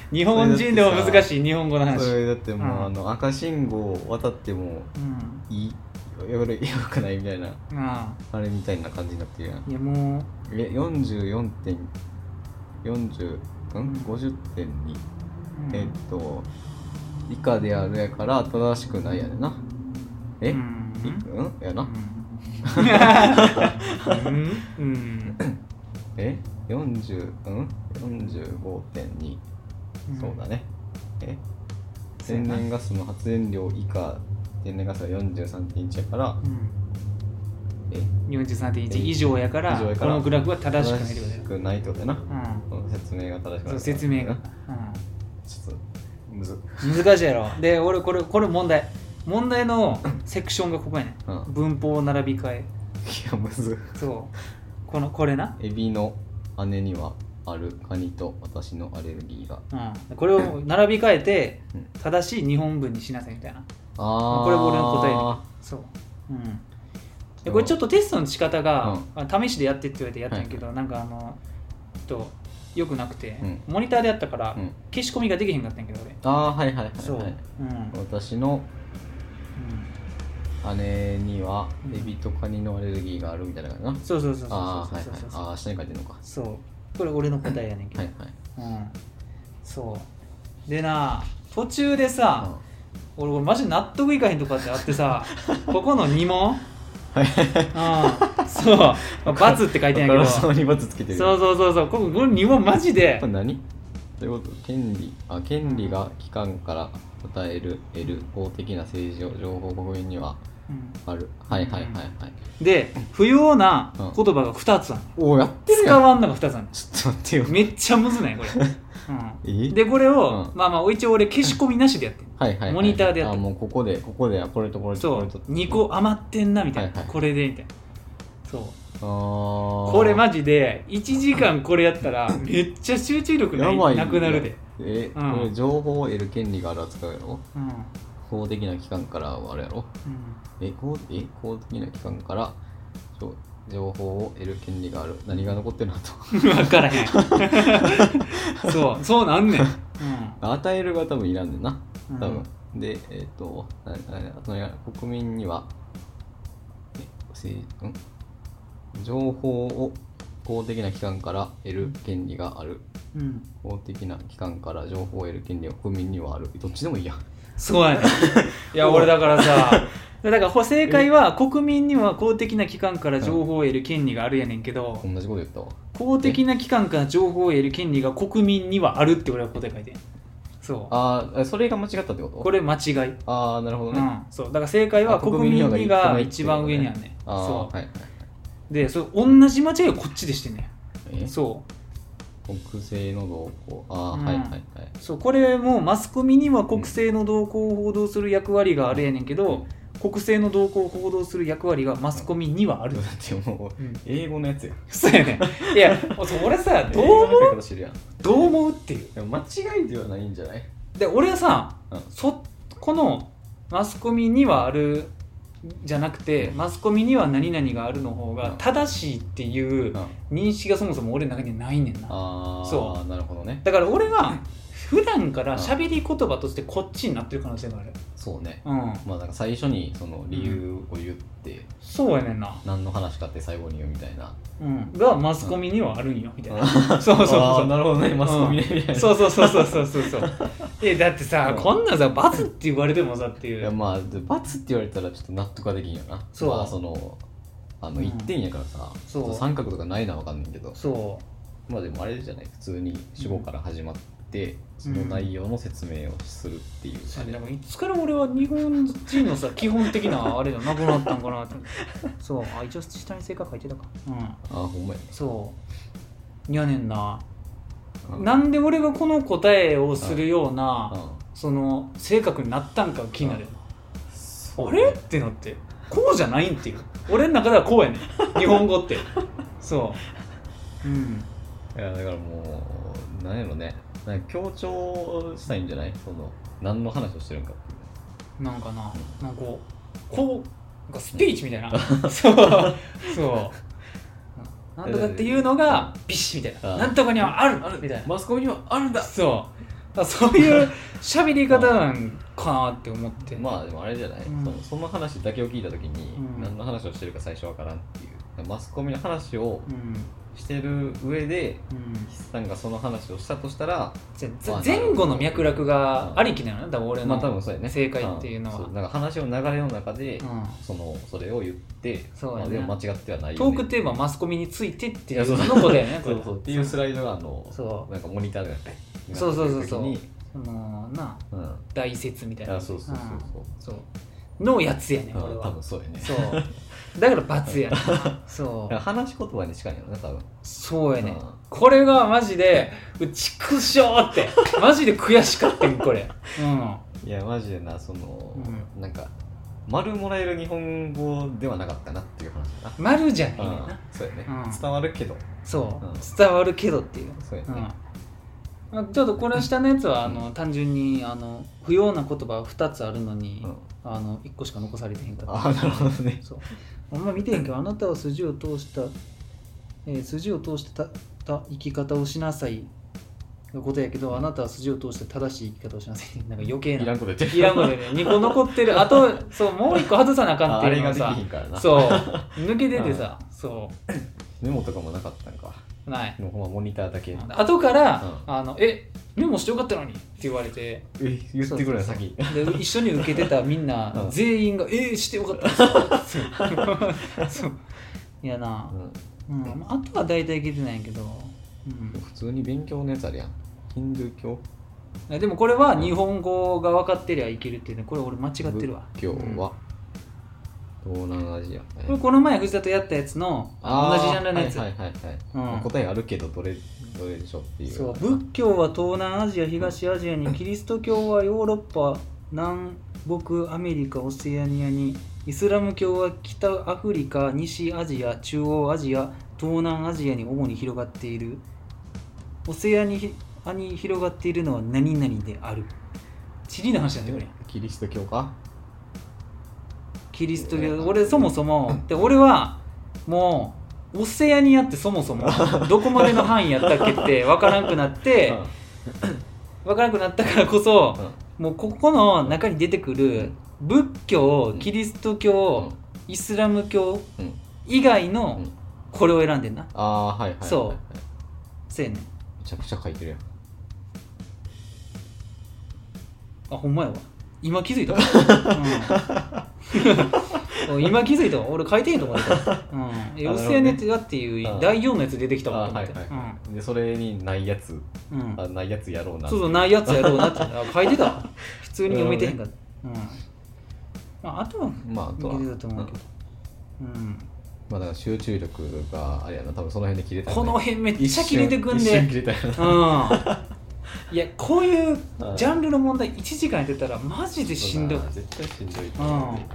日本人でも難しい日本語のそ話、れだってもうあの赤信号渡ってもうん、いいよよくないみたいなああれみたいな感じになってるやんあいやもうえ44点40うんん50点に、うんえっと以下であるやから正しくないやでなえ、ううん、んやうな、んうんえ40うん45.2、そうだねえそうや天な然ガスの発電量以下天然ガスが43.1やからうんえ43.1以上やから以上やこからのグラフは正しくないってことだよ正しくないってことやな、うん説明が正しうくんないそう説明が、ちょっとむずうん、難しいやろで俺これこれ問題問題のセクションがここやね、、うんん文法並び替えいやむずそうこのこれな、エビの姉にはあるカニと私のアレルギーがうん、これを並び替えてうん正しい日本文にしなさいみたいなあーこれ俺の答えそう、うん、でこれちょっとテストの仕方が、あ試しでやってって言われてやったんやけど、なんかあのちょっとよくなくて、うんモニターでやったから、うん消し込みができへんかったんやけど俺あーはいはいはい、はい、そう、うん私のう姉にはうんエビとカニのアレルギーがあるみたいな感じな、ん、そうそうそうそうああそはういそうはいそうそうああ下に書いてるのかはそうこれ俺の答えやねんけいど、はいうん、そうでな途中でさ、俺俺マジ納得いかへんとかってあってさ ここの2問、はいはいうん、そう、まあ、×って書いてんやけどわからそうにバツつけてるそうそうそうそうこここの2問マジでこれ何ということ権利あ権利が機関から与える得る法的な政治を情報国民にはあるはいはいはいはい、で不要な言葉が2つあるおおやってるや使んわんのが2つあるちょっと待ってよめっちゃむずないこれ、うん、えでこれを、うんまあまあ一応俺消し込みなしでやってんはいはいはい、モニターでやってあもうここでここでこれとこれとそこうれと2個余ってんなみたいな、はいはいこれでみたいなそうあーこれマジで1時間これやったらめっちゃ集中力なやいばいなくなるで、え、うんこれ情報を得る権利がある扱うやろうん法的な機関からはあれやろえ法え法的な機関から情情報を得る権利がある何が残ってるのとうん、分から へんそうそうなんねん、うん、与えるが多分いらんねんなうん多分、でえっ、とななあとね国民にはえ政ん情報を公的な機関から得る権利があるうん法的な機関から情報を得る権利は国民にはあるどっちでもいいやんそうやねいや俺だからさだからほ正解は国民には公的な機関から情報を得る権利があるやねんけど同じこと言ったわ公的な機関から情報を得る権利が国民にはあるって俺は答え書いてんそうああそれが間違ったってことこれ間違い、ああなるほどうね、ん、そうだから正解はあ国民にが国一番上にあるねああそうはいはいでそれ同じ間違いをこっちでしてんねえんそう国政の動向ああ、うんはいはいはいそうこれもマスコミには国政の動向を報道する役割があるやねんけど、国政の動向を報道する役割がマスコミにはああれるだ、ってもううん英語のやつやそうやね ん。いや、そう俺さ、どう英語思うのやつやから知るやんどう思うっていう。でも間違いではないんじゃないで、俺はさ、うんそこのマスコミにはあるじゃなくてマスコミには何々があるの方が正しいっていううん認識がそもそも俺の中にないねんなああそなるほどねだから俺が普段から喋り言葉としてこっちになってる可能性があるそうねうんまあなんか最初にその理由を言ってそうやねんな、何の話かって最後に言うみたいなうん、がマスコミにはあるんよみたいな、あそうそうあそーうなるほどねマスコミねみたいなそうそうそうそうそうそうそうえだってさ、うんこんなんさ罰って言われてもさっていいうやまあで罰って言われたらちょっと納得はできんよなそうまあ、そのあうのん一点やからさ、そうちょっと三角とかないのはわかんないけどそまあでもあれじゃない普通に主語から始まって、その内容の説明をするっていう、うあれなんかいつから俺は日本人のさ基本的なあれじゃなくなったんかなってそうあ一応下に性格書いてたかうんあほんまやそうやねんな、うんなんで俺がこの答えをするような、うんその性格になったんかが気になるよなそうあねれってなってこうじゃないんっていう俺の中ではこうやね ん日本語ってそううんいやだからもうなんやろねなんか強調したいんじゃないその何の話をしてるんかっていうなんかななんかこうこうなんかスピーチみたいな そうそうなんとかっていうのがビシッみたいなあなんとかにはあるみたいなマスコミにはあるんだそうだからそういう喋り方なんかなって思ってまあでもあれじゃない、うんそのその話だけを聞いた時に、うん何の話をしてるか最初わからんっていうマスコミの話をうんしてる上でうん筆さんがその話をしたとしたらぜぜ前後の脈絡がありきなのよ多分俺の、まあ多分そうやね正解っていうのはんそなんか話の流れの中で、うんそのそれを言ってそうやねまあ、でも間違ってはないトークテーマはマスコミについてっていうのことだ よねこそれうそうっていうスライドがあのそうなんかモニターでやってそうそうそうそうなってるそのな時にうん大説みたいなあそうそうそうそそううのやつやねん俺うん多は分そうやねそうだから罰やね んそだからう話し言葉に近いよね多分そうやねんうんこれがマジでうちくしょー ってマジで悔しかったんこれうんいやマジでなその、うなんか丸もらえる日本語ではなかったなっていう話だ丸じゃないな、ねんうんなそうやね、うん伝わるけどそうう伝わるけどっていうそうやね、うんまあ、ちょっとこれ下のやつはあの単純にあの不要な言葉2つあるのに、うんあの1個しか残されてへんかああなるほどねらそうあんま見てへんけどあなたは筋を通した、えー筋を通したた生き方をしなさいのことやけどあなたは筋を通して正しい生き方をしなさいなんか余計いらなんこと言っていらんことでね2個残ってるあとそうもう1個外さなあかんあってあいれうのがができさひんからなそう抜け出てさそメモとかもなかったんかうないもうほんまモニターだけ後から「うあのえメモしてよかったのに」って言われてえ言ってくれよ先で一緒に受けてたみんうなん全員が「えー、してよかったです」そう そう いやな、うんまああとは大体聞いてないんやけど、うん普通に勉強のやつあるやんヒンドゥー教うん、でもこれは日本語が分かってりゃいけるっていうねこれ俺間違ってるわ仏教は東南アジアうんこれこの前藤田とやったやつのあのあー同じジャンルのやつ、はいはいはいはいうんまあ答えあるけどどれどれでしょうっていうそう仏教は東南アジア東アジアにキリスト教はヨーロッパ南北アメリカオセアニアにイスラム教は北アフリカ西アジア中央アジア東南アジアに主に広がっているオセアニアに広がっているのは何々である地理の話なんだよこれキリスト教かキリスト教俺そもそもで俺はもうオセアニアってそもそもどこまでの範囲やったっけって分からなくなってうん分からなくなったからこそ、うんもうここの中に出てくる仏教うんキリスト教、イスラム教うん以外うのんこれを選んでんなああはいはいはいはいそうせやねんめちゃくちゃ書いてるやんあほんまやわ今気づいたわ、 うん 今気づいたわ俺書いてへんと思ってた、うん、なるほどねヨセアネテっていう第4のやつ出てきたわあとー思はっいて、はいはいでそれにないやつうんうんあないやつやろうなそうそうないやつやろう なってあ書いてたわ普通に読めてへんかった、うんまあ、あとはまああとは見てたと思うけど、うんまあだから集中力があれやな多分その辺で切れたよねこの辺めっ一ちゃ瞬切れてくん一で、瞬うん切れたよな いやこういううんジャンルの問題1時間やってたらマジでしんどいそうだな絶対しんどいん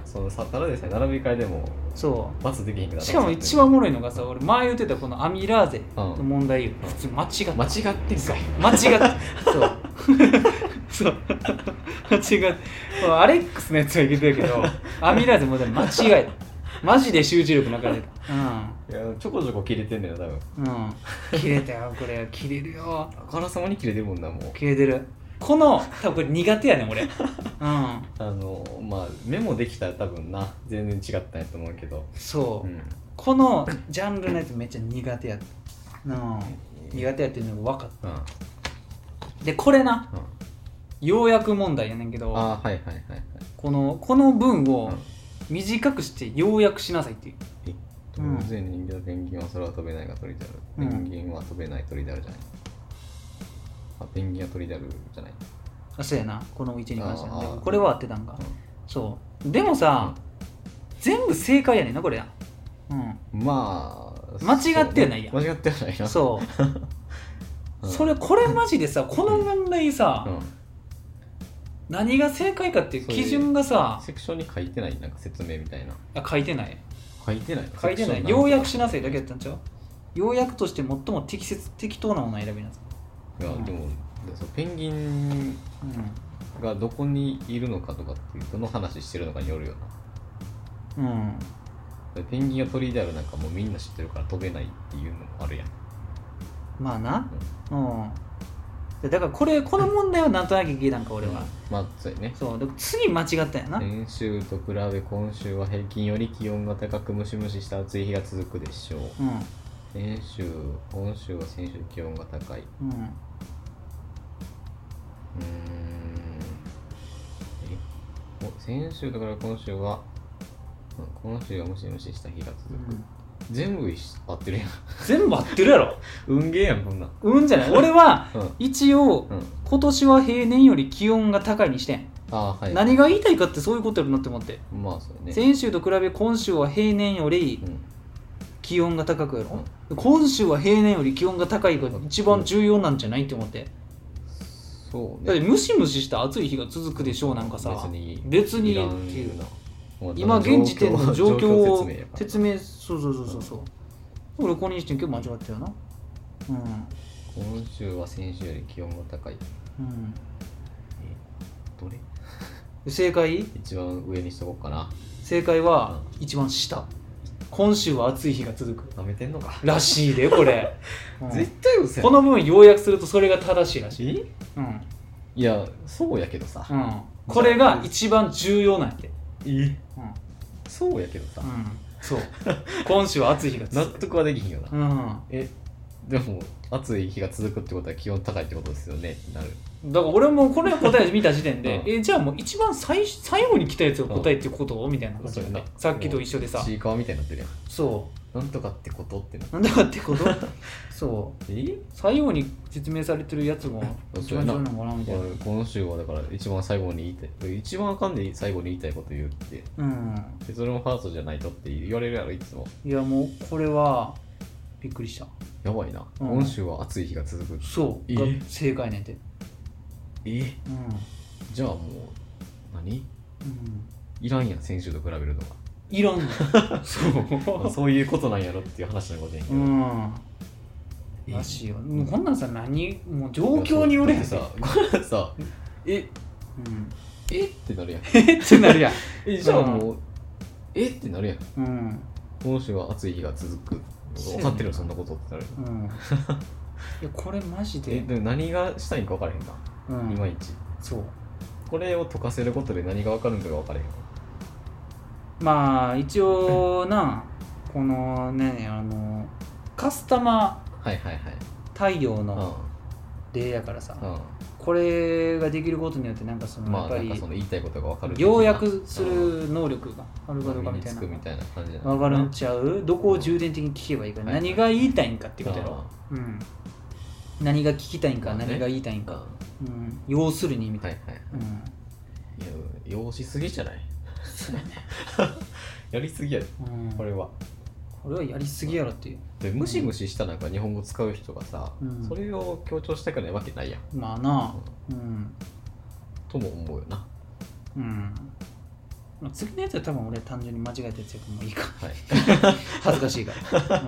そのさただでさえ並び替えでもそ罰できへんかうらしかも一番おもろいのがさ俺前言ってたこのアミラーゼの問題ようん普通間違っ間違ってんかい た間違ったそうそそう間違えもうアレックスのやつはいけてるけどアミラーゼもうでも間違 えたマジで集中力なくなってたいやちょこちょこ切れてんだよ多分うんうん切れたよこれ切れるよあからさまに切れてるもんなもう切れてるこの多分これ苦手やねん 俺うんあのまあメモできたら多分な全然違ったんやと思うけどそう、うんこのジャンルのやつめっちゃ苦手やったうん苦手やっていうのが分かっうん、うん、あたでこれな要約問題やねんけどあーはいはいはいはいこのこの文うをん短くして要約しなさいっていううん当然人間はペンギンは空は飛べないが鳥である、うんペンギンは飛べない鳥であるじゃないあペンギンは鳥であるじゃないあそうやなこの1に関してはあでーもこれは合ってたんか、うんそうでもさ、全部正解やねんなこれやうまあ間違ってはないやそう間違ってはないなんそうう、んそれこれマジでさこの問題さ、うん何が正解かっていう基準がさセクションに書いてないなんか説明みたいなあ書いてない書いてない書いてない要約しなさいだけやったんちゃう要約として最も適切適当なものを選びなさい、いやでもそうペンギンがどこにいるのかとかっていうどの話してるのかによるようんうん、なペンギンが鳥であるなんかもうみんな知ってるから飛べないっていうのもあるやんまあなうんでだからこれこの問題はなんとなく聞いたんか俺は、まあそうやねそうで次間違ったんやな、先週と比べ今週は平均より気温が高くムシムシした暑い日が続くでしょうう先週今週は先週気温が高いうーんんうんえお先週だから今週はうん今週はムシムシした日が続く、全部一緒合ってるやん全部合ってるやろ運ゲーやんこんなんうんじゃない俺はうん一応うん今年は平年より気温が高いにしてん、あーはい何が言いたいかってそういうことやろなって思って、まあそうね先週と比べ今週は平年よりうん気温が高くやろ、今週は平年より気温が高いが一番重要なんじゃないって思ってそうだっねてムシムシした暑い日が続くでしょうなんかさ別に別にいらんっていうなもう今現時点の状況を状やから説明そうそうそうそうそう俺これにしてんけど間違ったよなうん今週は先週より気温が高いうんどれ正解一番上にしとこうかな正解は一番下今週は暑い日が続くなめてんのか、らし いでこれ、うん対嘘ここのの部分要約するとそれが正しいらしい、うえんいやそうやけどさ、うん、これが一番重要なんやて、えうんうん、そうやけどさ、そう今週は暑い日が納続く得はできひんよな、うんえでも暑い日が続くってことは気温高いってことですよねってなるだから俺もこれを答え見た時点で、うんえじゃあもう一番最最後に来たやつが答えってことみたいな感じで、そうやなさっきと一緒でさちいかわみたいになってるやんそなんとかってことってなうなんだかってこと そうえ最後に説明されてるやつも一番重要なのかなみたいな。今週はだから一番最後に言いたい一番あかんで最後に言いたいこと言うってうん。でそれもファーストじゃないとって言われるやろいつもいやもうこれはびっくりした。やばいな、うん今週は暑い日が続くそう。えが正解ねんて。えうん。じゃあもう何うん。いらんやん先週と比べるのいらん の。がそそういうことなんやろっていう話なことやんけう。うど、ん。えらしいよ。もうこんなんさ、何もう状況によれへんだ ってさこれさえうん。えっ てなるやんえってなるやん。えじゃあもうえってなるやんうん。今週は暑い日が続くそうやね分かってるよそんなことってなるうん。いや、これマジで。えでも何がしたいんか分からへんな、ういまん。いちそう。これを解かせることで何が分かるんかが分からへんまあ、一応な、このね、あの、カスタマー、はいはいはい太陽うの例やからさ、んこれができることによってなんかそうんのまやあっぱなんかりその言いたいことが分かる要約すうんる能力があるかどうか身みにたいつなくみたいな感じ分かるんちゃうどこを重点的に聞けばいいかはい何が言いたいんかってことやあろうん何が聞きたいんかまあね何が言いたいんあかうん要するにみはたいいはいなうんいや要しすぎじゃないやりすぎやでうんこれはこれはやりすぎやろっていうでムシムシしたなんか日本語使う人がさ、うんそれを強調したくないわけないやんまあなうんとも思うよなうんまあ次のやつは多分俺単純に間違えた やつやからもういいかはい恥ずかしいから、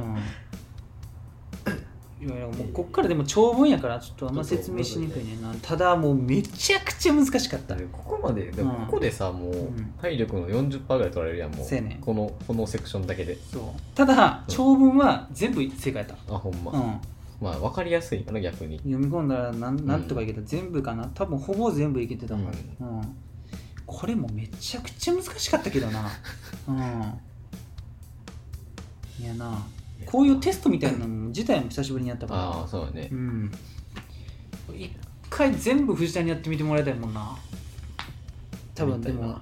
うん、いやいやもうこっからでも長文やからちょっとあんま説明しにくいねんなただもうめちゃくちゃ難しかったでここまででもうんここでさ、もううん体力の40%ぐらい取られるやんもうせやねんこのこのセクションだけでそうただ長文は全部正解やった、あほんま、うん、まあ分かりやすいかな逆に読み込んだらなんなんとかいけた、全部かな多分ほぼ全部いけてたもん、ううんこれもめちゃくちゃ難しかったけど なうんいやなこういうテストみたいなの自体も久しぶりにやったあかあそうだねらうん一回全部藤田にやってみてもらいたいもんな多分でやりも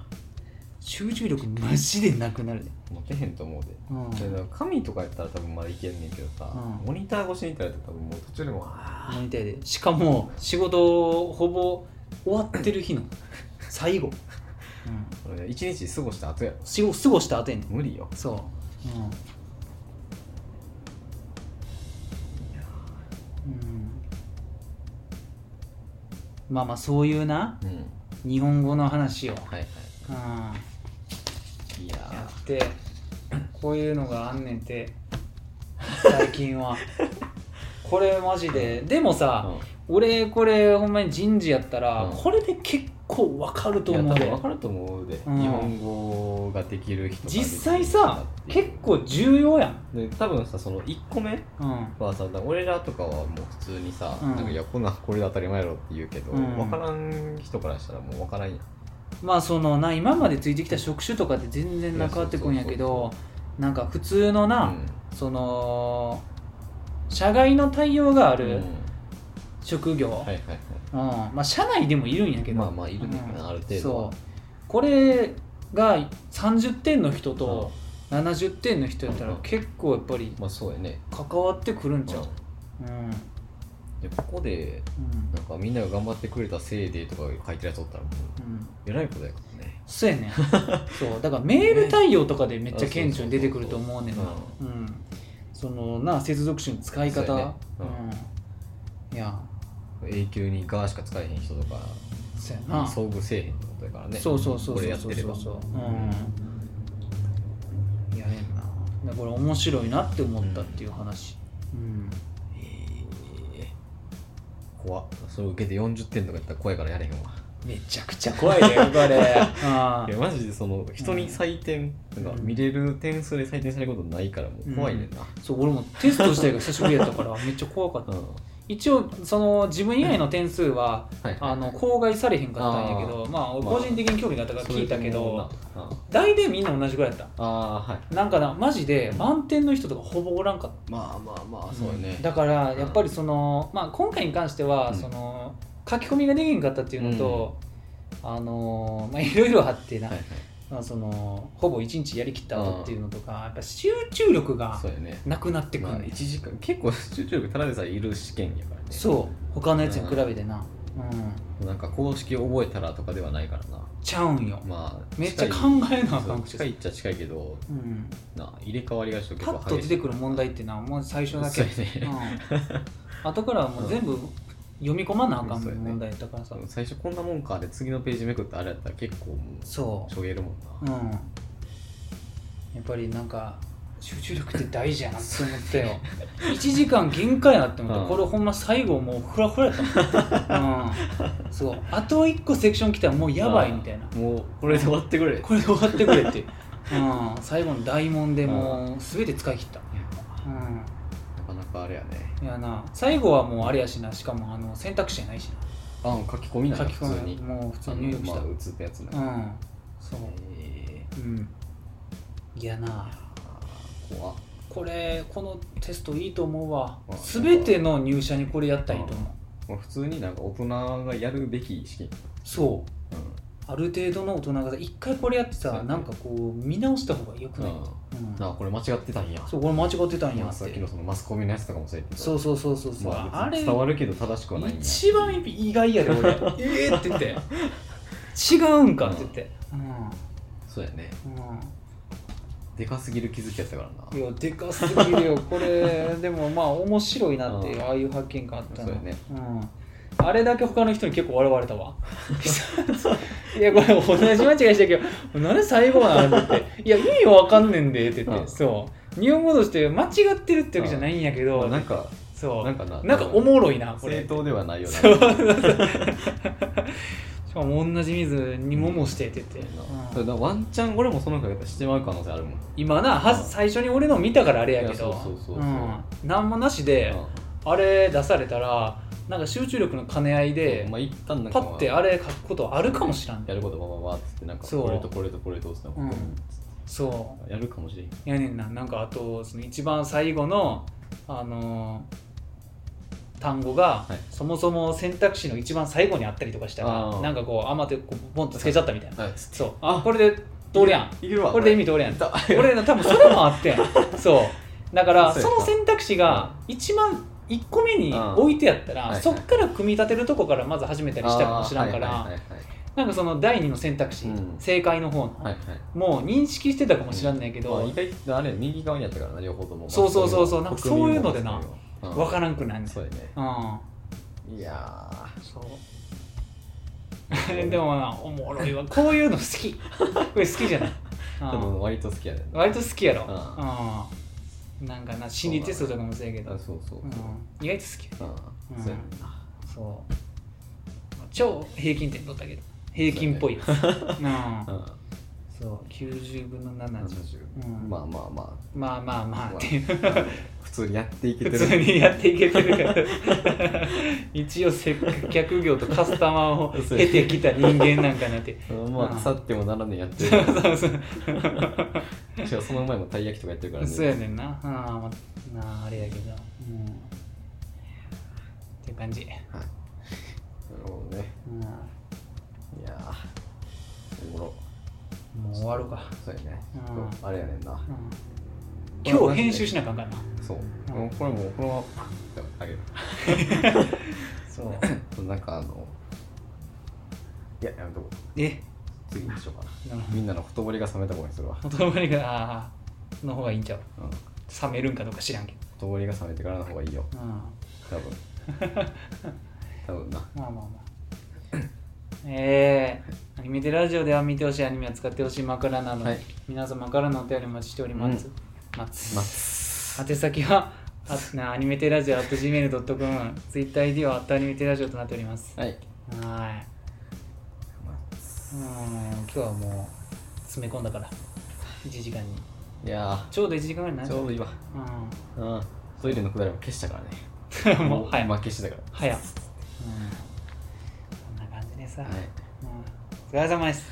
集中力マジでなくなるで持てへんと思うでうんでなんか紙とかやったら多分まだいけんねんけどさ、うんモニター越しにいたら多分もう途中でもうあ飲みたいでしかも仕事ほぼ終わってる日の最後、うん、ー一日過ごした後やろ仕事過ごした後やねん無理よそう、うんまあまあそういうなうん日本語の話を、はいはうん、やいいやーってこういうのがあんねんて最近はこれマジででもさ、俺これほんまに人事やったら、うんこれで結構わかるといや思多う分分でかると思うで、うん日本語ができる人ができる実人際さっていう結構重要やん、で多分さその1個目うん、はさ俺らとかはもう普通にさ、うんなんかいやこんなんこれで当たり前やろって言うけど、うん分からん人からしたらもう分からんやんまあそのな今までついてきた職種とかって全然な変わってくんやけどなんか普通のな、その社外の対応があうん、うるん職業、はいはいはいうんまあ、社内でもいるんやけど、まあまあいるねんだけどな、ある程度そはうこれが30点の人と70点の人やったらうん結構やっぱりまあそうやね関わってくるんちゃう、うんでここでうんなんかみんなが頑張ってくれたせいでとか書いてるやつおったらもううんえらいことやからねそうやねん そうだからメール対応とかでめっちゃ顕著に出てくると思うねんなううんそのな接続詞の使いそ方うう,、やねんいや永久にガーしか使えへん人とかそうやな、遭遇せえへんってことやからねそうそうそうこれそやうってそうれそばううんやれんなだからこれ面白いなって思ったっていう話うん、えー怖っそれ受けて40点とかやったら怖いからやれへんわめちゃくちゃ怖いねこれ あいやマジでその人に採点、なんか見れる点数で採点されることないからもう怖いねんな、そう俺もテスト自体が久しぶりやったからめっちゃ怖かっうたん一応その自分以外の点数ははいあの公害されへんかったんやけどまあ俺個人的に興味があったから聞いたけどそういうもんな大体みんな同じぐらいやったああーはいなんかなマジで満点の人とかほぼおらんかったまあまあまあそうよね、だからやっぱりその、まあ、今回に関しては、うんその書き込みができんかったっていうのと、あのまあいろいろあってな、はいはいまあ、そのほぼ一日やりきったわっていうのとかやっぱ集中力がそうよねなくなってくる、まあ、1時間結構集中力ただでさえいる試験やからねそう他のやつに比べてな、うん、なんか公式覚えたらとかではないからなちゃうんよ、まあめっちゃ考えなあかんくて近いっちゃ近いけどうん、な入れ替わりがちょっとパッと出てくるる問題ってなもう最初だけそうや ねうん、後からはもう全部読み込まなあかんそうやね問題だからさ最初こんなもんかで次のページめくってあれやったら結構もうそうしょげるもんうん、やっぱりなんか集中力って大事やなって思ったよ 1時間限界やなって思った、うんこれほんま最後もうフラフラやったもん、うん、そうあと1個セクション来たらもうなやばいみたいなあーもうこれで終わってくれこれで終わってくれって、うん、最後の大問でもう全て使い切った、うなかなかあれやねん、いやな最後はもうあれやしなしかもあの選択肢やないしあ書き込みな書なんだき普通込にみもう普通あにの入力した、まあ打つってやつなうんそうえうんいやなーあー怖っこれこのテストいいと思うわあ全ての入社にこれやったらいいと思うまあ普通になんか大人がやるべき試験そううんある程度の大人がさ一回これやってそうさやねなんかこう見直した方がよくない、うん、うんなあこれ間違ってたんやそうこれ間違ってたんやまあっさってきのそのマスコミのやつとかもそうやけどそうそうそうそうそう、まあ、あれ伝わるけど正しくはないんや一番意外やで俺ええって言 って違うんかって言ってうそうやねんうんでかすぎる気づきやったからないやでかすぎる よこれでもまあ面白いなっていううんああいう発見があったのそうやねうん、あれだけ他の人に結構笑われた わいやこれ同じ間違いしたけどなんで最後なのって言って「いや意味わかんねんで」って言って、うんそう日本語として間違ってるってわけじゃないんやけど、まあなんかそうなんかななんかおもろいなこれ正当ではないよなそうそうそう しかも同じ水にももしてって言って、それだワンチャン俺もその人がやったらしてまう可能性あるもん今なは最初に俺の見たからあれやけいどやそうそうそうそうんう何もなしであれ出されたらなんか集中力の兼ね合いででまあ一旦なんパかッてあれ書くことあるかもしらんやることばばばっつってなんかそうこれとこれとこれとっつってうんそやるかもしれんうやねんななんかあとその一番最後のあのー単語が、はいそもそも選択肢の一番最後にあったりとかしたあらーなんかこうあまてこうボンとつけちゃったみたいな、はいそうああこれで通りやんいけるわこれで意味通りやんい った俺の多分それもあってんそうだからそうやそなの選択肢が一番1個目に置いてやったうんら、はいはいそっから組み立てるとこからまず始めたりしたかもしらんから、あーはいはいなんかその第2の選択肢、うん正解の方の、はいはいはいはいもう認識してたかもしらんないけど、まあ意外とあれ右側にやったからな両方ともそうそうそうそうなんかそういうのでな分分からんくなんねんそうやねいやうんそう でもなおもろいわこういうの好 きこれ好きじゃない、うんーでも割と好きやねんな割と好きやろ、あうんなんかな心理テストとかもそうやけどあそうそううん、意外と好きあうーんそうやねんなそう超平均点取ったけど平均っぽいやつ、うん うんそう90分の70 70うんまあまあまあままあまあまあっていうあ 普通にやっていけて 普る通にやっていけてるから 一応接客業とカスタマ ーを経てきた人間なんかなってうんまうあん腐ってもならねえや ってるそうそうそうしかもその前もたい焼きとかやってるからそうやねねんなあー、まあ、なああれやけど、うん、っていう感じ、なるほどねうん、もいやーおもろう終わるか、そうやねうんあれやねんなうん、今日編集しなあかんからなそううんこれもうこのままパッてあげるそうそうなんかあのいややめとこう え次にしようかなるなほど みんなのほとぼりが冷めた頃にするわ、ほとぼりがあーの方がいいんちゃううん、ほ冷めるんかどうか知らんけとぼりが冷めてからの方がいいよど、うん、ま多分 多分なあまあまあ えー、アニメテラジオでは見てほしいアニメを使ってほしい枕なので、はい皆様からのお便りお待ちしております、う待つ待宛先はあなアニメテラジオ at gmail.com ツイッター ID はアットアニメテラジオとなっておりますはいはーいうん今日はもう詰め込んだから1時間にいやちょうど1時間ぐらいになーっちちゃうょうど今うんうんトイレのくだりも消したからね もう早い負けしてたか早っ、うん、こんな感じでさ、らはいうん、お疲れ様です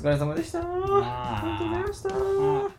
お疲れ様でしたありがとうございましたあ